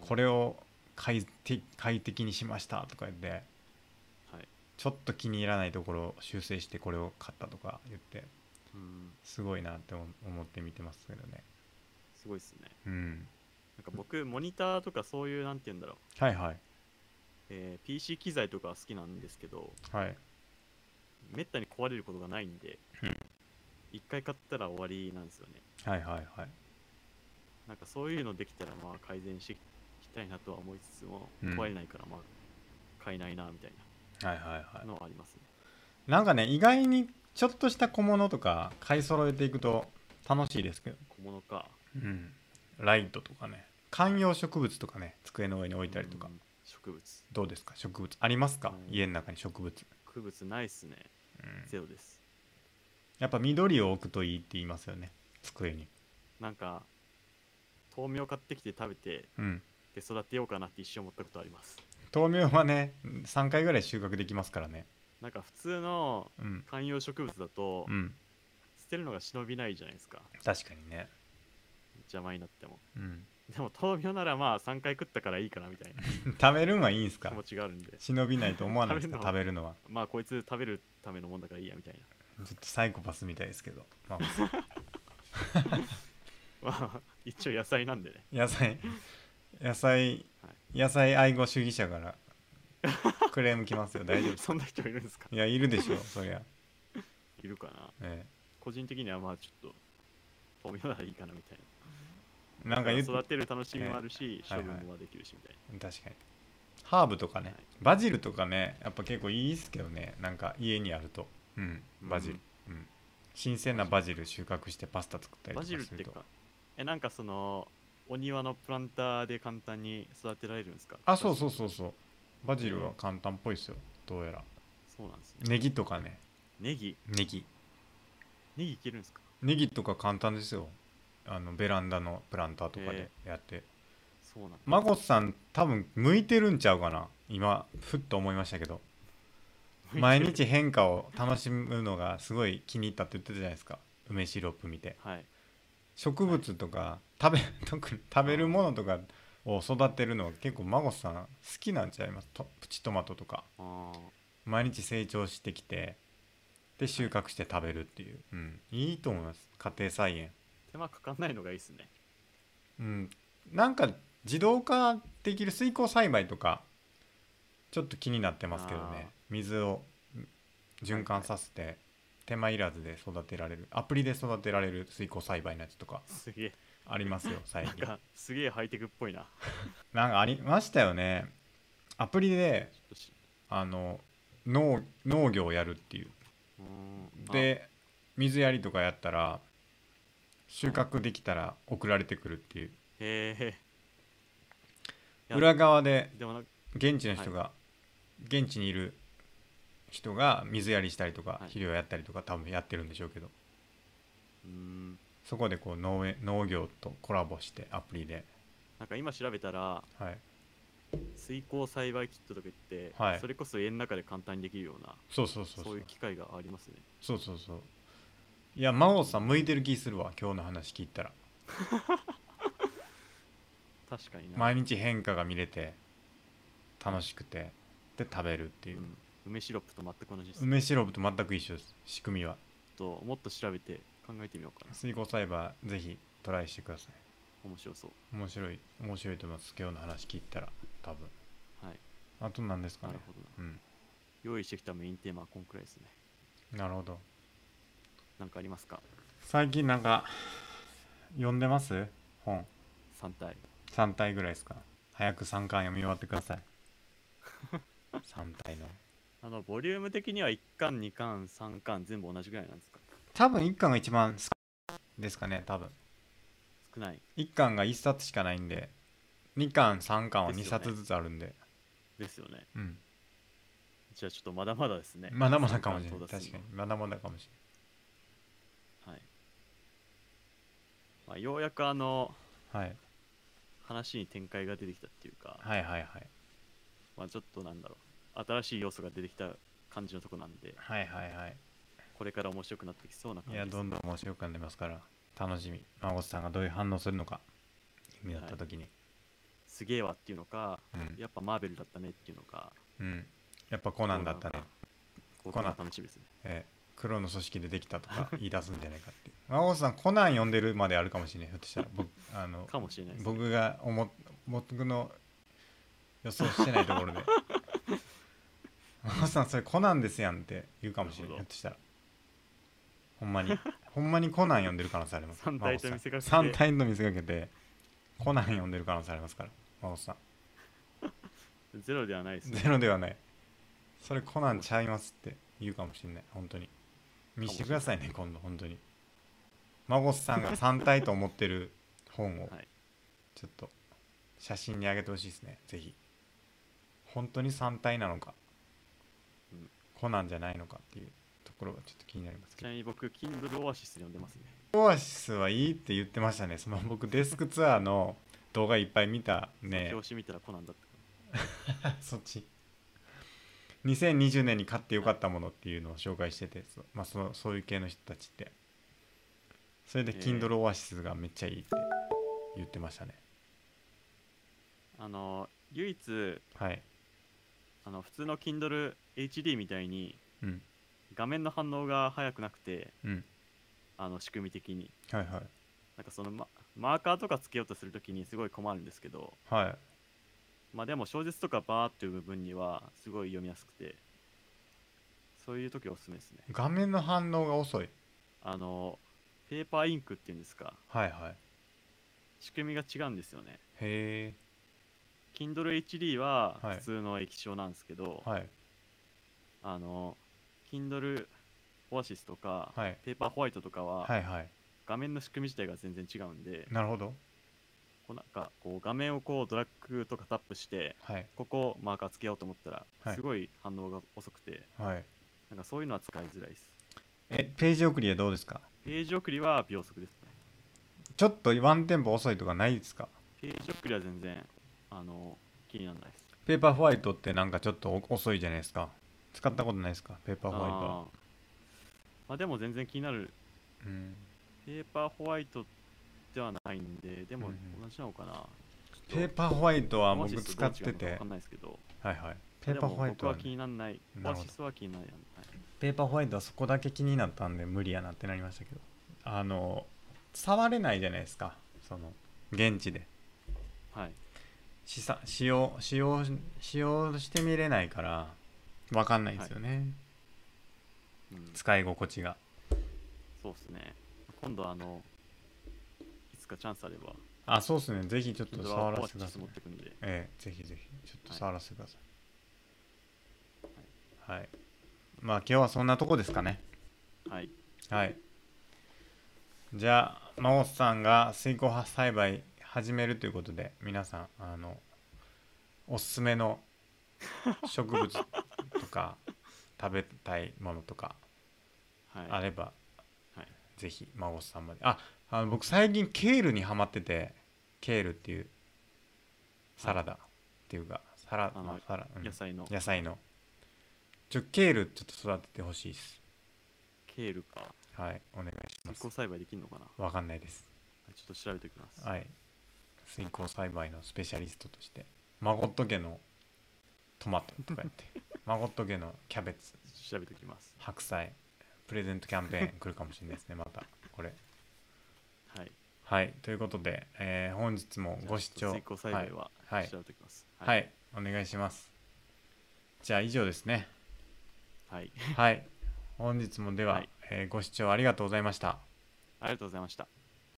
Speaker 2: ー
Speaker 1: これを快適快適にしましたとか言って
Speaker 2: はい
Speaker 1: ちょっと気に入らないところを修正してこれを買ったとか言って
Speaker 2: うん
Speaker 1: すごいなって思思って見てますけどね
Speaker 2: すごいですね
Speaker 1: うん
Speaker 2: なんか僕モニターとかそういうなんて言うんだろう、
Speaker 1: はいはい
Speaker 2: えー PC 機材とかは好きなんですけど
Speaker 1: はい
Speaker 2: めったに壊れることがないんで一回買ったら終わりなんですよね
Speaker 1: はいはいはい
Speaker 2: なんかそういうのできたらまあ改善していきたいなとは思いつつも
Speaker 1: うん
Speaker 2: 壊れないからまあ買えないなみたい
Speaker 1: はいはいはい
Speaker 2: なのはありますね、
Speaker 1: なんかね意外にちょっとした小物とか買い揃えていくと楽しいですけど、
Speaker 2: 小物か
Speaker 1: うん、ライトとかね観葉植物とかね机の上に置いたりとか、
Speaker 2: うん植物
Speaker 1: どうですか植物ありますか、
Speaker 2: うん
Speaker 1: 家の中に植物、
Speaker 2: 植物ないっすね
Speaker 1: うん
Speaker 2: ゼロです
Speaker 1: やっぱ緑を置くといいって言いますよね机に
Speaker 2: なんか豆苗買ってきて食べて
Speaker 1: うん
Speaker 2: で育てようかなって一瞬思ったことあります
Speaker 1: 豆苗はね3回ぐらい収穫できますからね
Speaker 2: なんか普通の
Speaker 1: うん
Speaker 2: 観葉植物だと
Speaker 1: うん
Speaker 2: 捨てるのが忍びないじゃないですか
Speaker 1: 確かにね
Speaker 2: 邪魔になっても
Speaker 1: うん
Speaker 2: でも豆苗ならまあ3回食ったからいいかなみたいな
Speaker 1: 食べるんはいいんすか
Speaker 2: 気持ちがあるんで
Speaker 1: 忍びないと思わないですか食
Speaker 2: 食
Speaker 1: べるのは
Speaker 2: まあこいつ食べるためのもんだからいいやみたいな
Speaker 1: ちょっとサイコパスみたいですけど、まあ、
Speaker 2: まあ一応野菜なんでね
Speaker 1: 野菜 野菜野菜愛護主義者からクレームきますよ大丈夫
Speaker 2: そんな人いるんですか
Speaker 1: いやいるでしょそりゃ、
Speaker 2: いるかな
Speaker 1: え
Speaker 2: 個人的にはまあちょっと豆苗ならいいかなみたいな
Speaker 1: えなんか言っ
Speaker 2: 育
Speaker 1: 確
Speaker 2: てる楽しみもあるし、
Speaker 1: ええ
Speaker 2: 処分
Speaker 1: はい
Speaker 2: もできるしみたいな、
Speaker 1: かにハーブとかねバジルとかねやっぱ結構いいですけどねなんか家にあるとうんバジル、うん新鮮なバジル収穫してパスタ作ったりと
Speaker 2: バ
Speaker 1: かす
Speaker 2: ジル
Speaker 1: る
Speaker 2: っ
Speaker 1: と
Speaker 2: てかえなんかそのお庭のプランターで簡単に育てられるんですか
Speaker 1: あそうそうそうそうバジルは簡単っぽいですよどうやら
Speaker 2: そうなんですね
Speaker 1: ネギとかね
Speaker 2: ネギ
Speaker 1: ネギ
Speaker 2: ネギいけるんですか
Speaker 1: ネギとか簡単ですよあのベランダのプランターとかで
Speaker 2: へ
Speaker 1: やって
Speaker 2: そうなんだ
Speaker 1: マコさん多分向いてるんちゃうかな今ふっと思いましたけど毎日変化を楽しむのがすごい気に入ったって言ってたじゃないですか梅シロップ見て
Speaker 2: はい
Speaker 1: 植物とか食べ特に食べるものとかを育てるのは結構マコさん好きなんちゃいますとプチトマトとか
Speaker 2: あー
Speaker 1: 毎日成長してきてで収穫して食べるっていう、うん、いいと思います家庭菜園
Speaker 2: 手間かかんないのがいいっすね
Speaker 1: うん、なんか自動化できる水耕栽培とかちょっと気になってますけど
Speaker 2: あー
Speaker 1: ね水をうん循環させて手間いらずで育てられるアプリで育てられる水耕栽培のやつとか
Speaker 2: すげえ
Speaker 1: ありますよ 最
Speaker 2: なん
Speaker 1: 近
Speaker 2: かすげえハイテクっぽいな
Speaker 1: なんかありましたよねアプリで
Speaker 2: ちょっとし
Speaker 1: あの農農業をやるっていう
Speaker 2: うーん
Speaker 1: で水やりとかやったら収穫できたら送られてくるっていう
Speaker 2: あへえ
Speaker 1: 裏側で
Speaker 2: でもなんか
Speaker 1: 現地の人が、現地にいる人が水やりしたりとか、
Speaker 2: はい
Speaker 1: 肥料やったりとか多分やってるんでしょうけど
Speaker 2: うーん
Speaker 1: そこでこう農園農業とコラボしてアプリで
Speaker 2: なんか今調べたら
Speaker 1: はい
Speaker 2: 水耕栽培キットとか言って、
Speaker 1: はい
Speaker 2: それこそ家の中で簡単にできるような
Speaker 1: そうそうそ
Speaker 2: そう
Speaker 1: うそう
Speaker 2: いう機会がありますね
Speaker 1: そうそうそういや真央さん向いてる気するわ今日の話聞いたら
Speaker 2: 確かにな、
Speaker 1: 毎日変化が見れて楽しくてで食べるっていうう、
Speaker 2: ん梅シロップと全く同じです
Speaker 1: 梅シロップと全く一緒です仕組みは
Speaker 2: ちょっともっと調べて考えてみようかな
Speaker 1: 水耕栽培ぜひトライしてくださ
Speaker 2: 面白そう
Speaker 1: い面白い面白いと思います今日の話聞いたら多分
Speaker 2: はい
Speaker 1: あと何ですか
Speaker 2: な
Speaker 1: ね
Speaker 2: るほどな
Speaker 1: うん
Speaker 2: 用意してきたメインテーマはこんくらいですね
Speaker 1: なるほど
Speaker 2: なんかありますか
Speaker 1: 最近なんか読んでます本
Speaker 2: 3体
Speaker 1: 3体ぐらいですか早く3巻読み終わってくださ い3体の
Speaker 2: あのボリューム的には1巻2巻3巻全部同じぐらいなんですか
Speaker 1: 多分1巻が一番少ですかね多分
Speaker 2: 少ない
Speaker 1: 1巻が1冊しかないんで2巻3巻は2
Speaker 2: ですよね
Speaker 1: 冊ずつあるんで
Speaker 2: ですよね
Speaker 1: うん
Speaker 2: じゃあちょっとまだまだですね
Speaker 1: まだまだかもしれない確
Speaker 2: 三巻到達す
Speaker 1: か
Speaker 2: る
Speaker 1: に
Speaker 2: の
Speaker 1: まだまだかもし
Speaker 2: はい、まあ、ようやくあの
Speaker 1: れない、はい、
Speaker 2: 話に展開が出てきたっていうか、
Speaker 1: はいはいはい
Speaker 2: まあ、ちょっとなんだろう新しい要素が出てきた感じのとこなんで
Speaker 1: はいはいはい
Speaker 2: これから面白くなってきそうな感
Speaker 1: い
Speaker 2: じで
Speaker 1: や
Speaker 2: す
Speaker 1: どんどん面白くなりますから楽しみ孫さんがどういう反応するのか夢だった時に、
Speaker 2: すげえわっていうのか、
Speaker 1: うん
Speaker 2: やっぱマーベルだったねっていうのか
Speaker 1: うんやっぱコナンだったね
Speaker 2: こう
Speaker 1: コナン
Speaker 2: 楽しみですね
Speaker 1: えー黒の組織でできたとか言い出すんじゃないかっていう真帆さんコナン読んでるまであるかもしれないひょっとしたら僕あの
Speaker 2: かもしれないです、ね、
Speaker 1: 僕が思っ僕の予想してないところで真帆さんそれコナンですやんって言うかもしれないひょ
Speaker 2: なるほど
Speaker 1: っとしたらほんまにほんまにコナン読んでる可能性あります
Speaker 2: 三体と見せかけて
Speaker 1: 3体と見せかけてコナン読んでる可能性ありますから真帆さん
Speaker 2: ゼロではないです ね
Speaker 1: ゼロではない。それコナンちゃいますって言うかもしれない、本当に。見してくださいね、今度、本当に。孫さんが3体と思ってる本を、
Speaker 2: はい
Speaker 1: ちょっと写真にあげてほしいですね、ぜひ。本当に3体なのか、
Speaker 2: うん
Speaker 1: コナンじゃないのかっていうところはちょっと気になります
Speaker 2: ち
Speaker 1: け
Speaker 2: な
Speaker 1: ど
Speaker 2: みに僕、Kindle オアシス読んでますね。
Speaker 1: オアシスはいいって言ってましたねその僕デスクツアーの動画いっぱい見たね
Speaker 2: 表紙見たらコナンだった。
Speaker 1: そっち2020年に買ってよかったものっていうのを紹介してて、そまあ、そのそういう系の人たちってそれで
Speaker 2: えー
Speaker 1: Kindle オアシスがめっちゃいいって言ってましたね、
Speaker 2: あの、唯一、
Speaker 1: はい、
Speaker 2: あの普通の Kindle HD みたいに
Speaker 1: うん
Speaker 2: 画面の反応が早くなくて、
Speaker 1: うん
Speaker 2: あの仕組み的に。
Speaker 1: はいはい
Speaker 2: なんかそのママーカーとかつけようとするときにすごい困るんですけど、
Speaker 1: はい
Speaker 2: まあでも小説とかバーっていう部分にはすごい読みやすくて、そういうときおすすめですね。
Speaker 1: 画面の反応が遅い
Speaker 2: あの、ペーパーインクっていうんですか、
Speaker 1: はいはい
Speaker 2: 仕組みが違うんですよね。
Speaker 1: へえ
Speaker 2: Kindle HD は
Speaker 1: はい
Speaker 2: 普通の液晶なんですけど、
Speaker 1: はい
Speaker 2: あの、Kindle オアシスとか、
Speaker 1: はい
Speaker 2: ペーパーホワイトとかは、
Speaker 1: はいはい
Speaker 2: 画面の仕組み自体が全然違うんで、
Speaker 1: なるほど
Speaker 2: こうなんかこう画面をこうドラッグとかタップして、
Speaker 1: はい
Speaker 2: ここマーカーつけようと思ったら、
Speaker 1: はい
Speaker 2: すごい反応が遅くて、
Speaker 1: はい
Speaker 2: なんかそういうのは使いづらいです。
Speaker 1: えページ送りはどうですか
Speaker 2: ページ送りは秒速ですね。
Speaker 1: ちょっとワンテンポ遅いとかないですか
Speaker 2: ページ送りは全然、あの、気にならないです。
Speaker 1: ペーパーホワイトってなんかちょっとお遅いじゃないですか使ったことないですかペーパーホワイトは
Speaker 2: あーまあでも全然気になる。
Speaker 1: うん
Speaker 2: ペーパーホワイトではないんで、で
Speaker 1: う
Speaker 2: も
Speaker 1: んうん
Speaker 2: 同じなのかな。
Speaker 1: ペーパーホワイトは
Speaker 2: オア
Speaker 1: 僕
Speaker 2: シス
Speaker 1: 使って
Speaker 2: どちらなのかわ
Speaker 1: て
Speaker 2: かんないですけど、
Speaker 1: はいはいペ
Speaker 2: で
Speaker 1: ーパー
Speaker 2: も
Speaker 1: ホワイト
Speaker 2: 僕
Speaker 1: は
Speaker 2: は
Speaker 1: ね
Speaker 2: 気にならない。オ
Speaker 1: な
Speaker 2: ア
Speaker 1: るほど
Speaker 2: シスは気にならない。はい
Speaker 1: ペーパーホワイトはそこだけ気になったんで無理やなってなりましたけどあの触れないじゃないですかその現地で
Speaker 2: はい。
Speaker 1: 試さ使用使用使用してみれないから分かんないですよね、
Speaker 2: うん
Speaker 1: 使い心地が
Speaker 2: そうですね。今度あの、いつかチャンスあれば、
Speaker 1: あそうですねぜひちょっと
Speaker 2: Kindle
Speaker 1: 触ら
Speaker 2: オア
Speaker 1: せてく
Speaker 2: シ
Speaker 1: だ
Speaker 2: ス
Speaker 1: さい
Speaker 2: 持ってくんで、
Speaker 1: ええぜひぜひちょっと触らせてくださいはい、まあ今日はそんなとこですかね
Speaker 2: はい。
Speaker 1: はいじゃあ真央さんが水耕栽培始めるということで皆さんあのおすすめの植物と か食べたいものとか
Speaker 2: はい。
Speaker 1: あれば、
Speaker 2: はい
Speaker 1: ぜひ孫さんまでああの僕最近ケールにハマっててケールっていうサラダっていうかサラ,、
Speaker 2: あの
Speaker 1: まあサラうん
Speaker 2: 野菜の
Speaker 1: 野菜のちょケールちょっと育ててほしいです
Speaker 2: ケールか。
Speaker 1: はいお願いしま
Speaker 2: 水耕
Speaker 1: す
Speaker 2: 栽培できるのかな
Speaker 1: わかんないです
Speaker 2: ちょっと調べておきます。
Speaker 1: はい水耕栽培のスペシャリストとしてマゴット家のトマトとかやって マゴット家のキャベツ
Speaker 2: 調べておきます。
Speaker 1: 白菜プレゼントキャンペーン来るかもしれないですねまたこれ
Speaker 2: はい。
Speaker 1: はい、ということで、えー本日もご視
Speaker 2: じゃあ
Speaker 1: 聴
Speaker 2: 水耕栽培は
Speaker 1: はい、はい
Speaker 2: 調べておきます。
Speaker 1: はいお願いしますじゃあ以上です ね
Speaker 2: はい。はい。
Speaker 1: はい本日もでは、
Speaker 2: はい
Speaker 1: えーご視聴ありがとうございました
Speaker 2: ありがとうございました。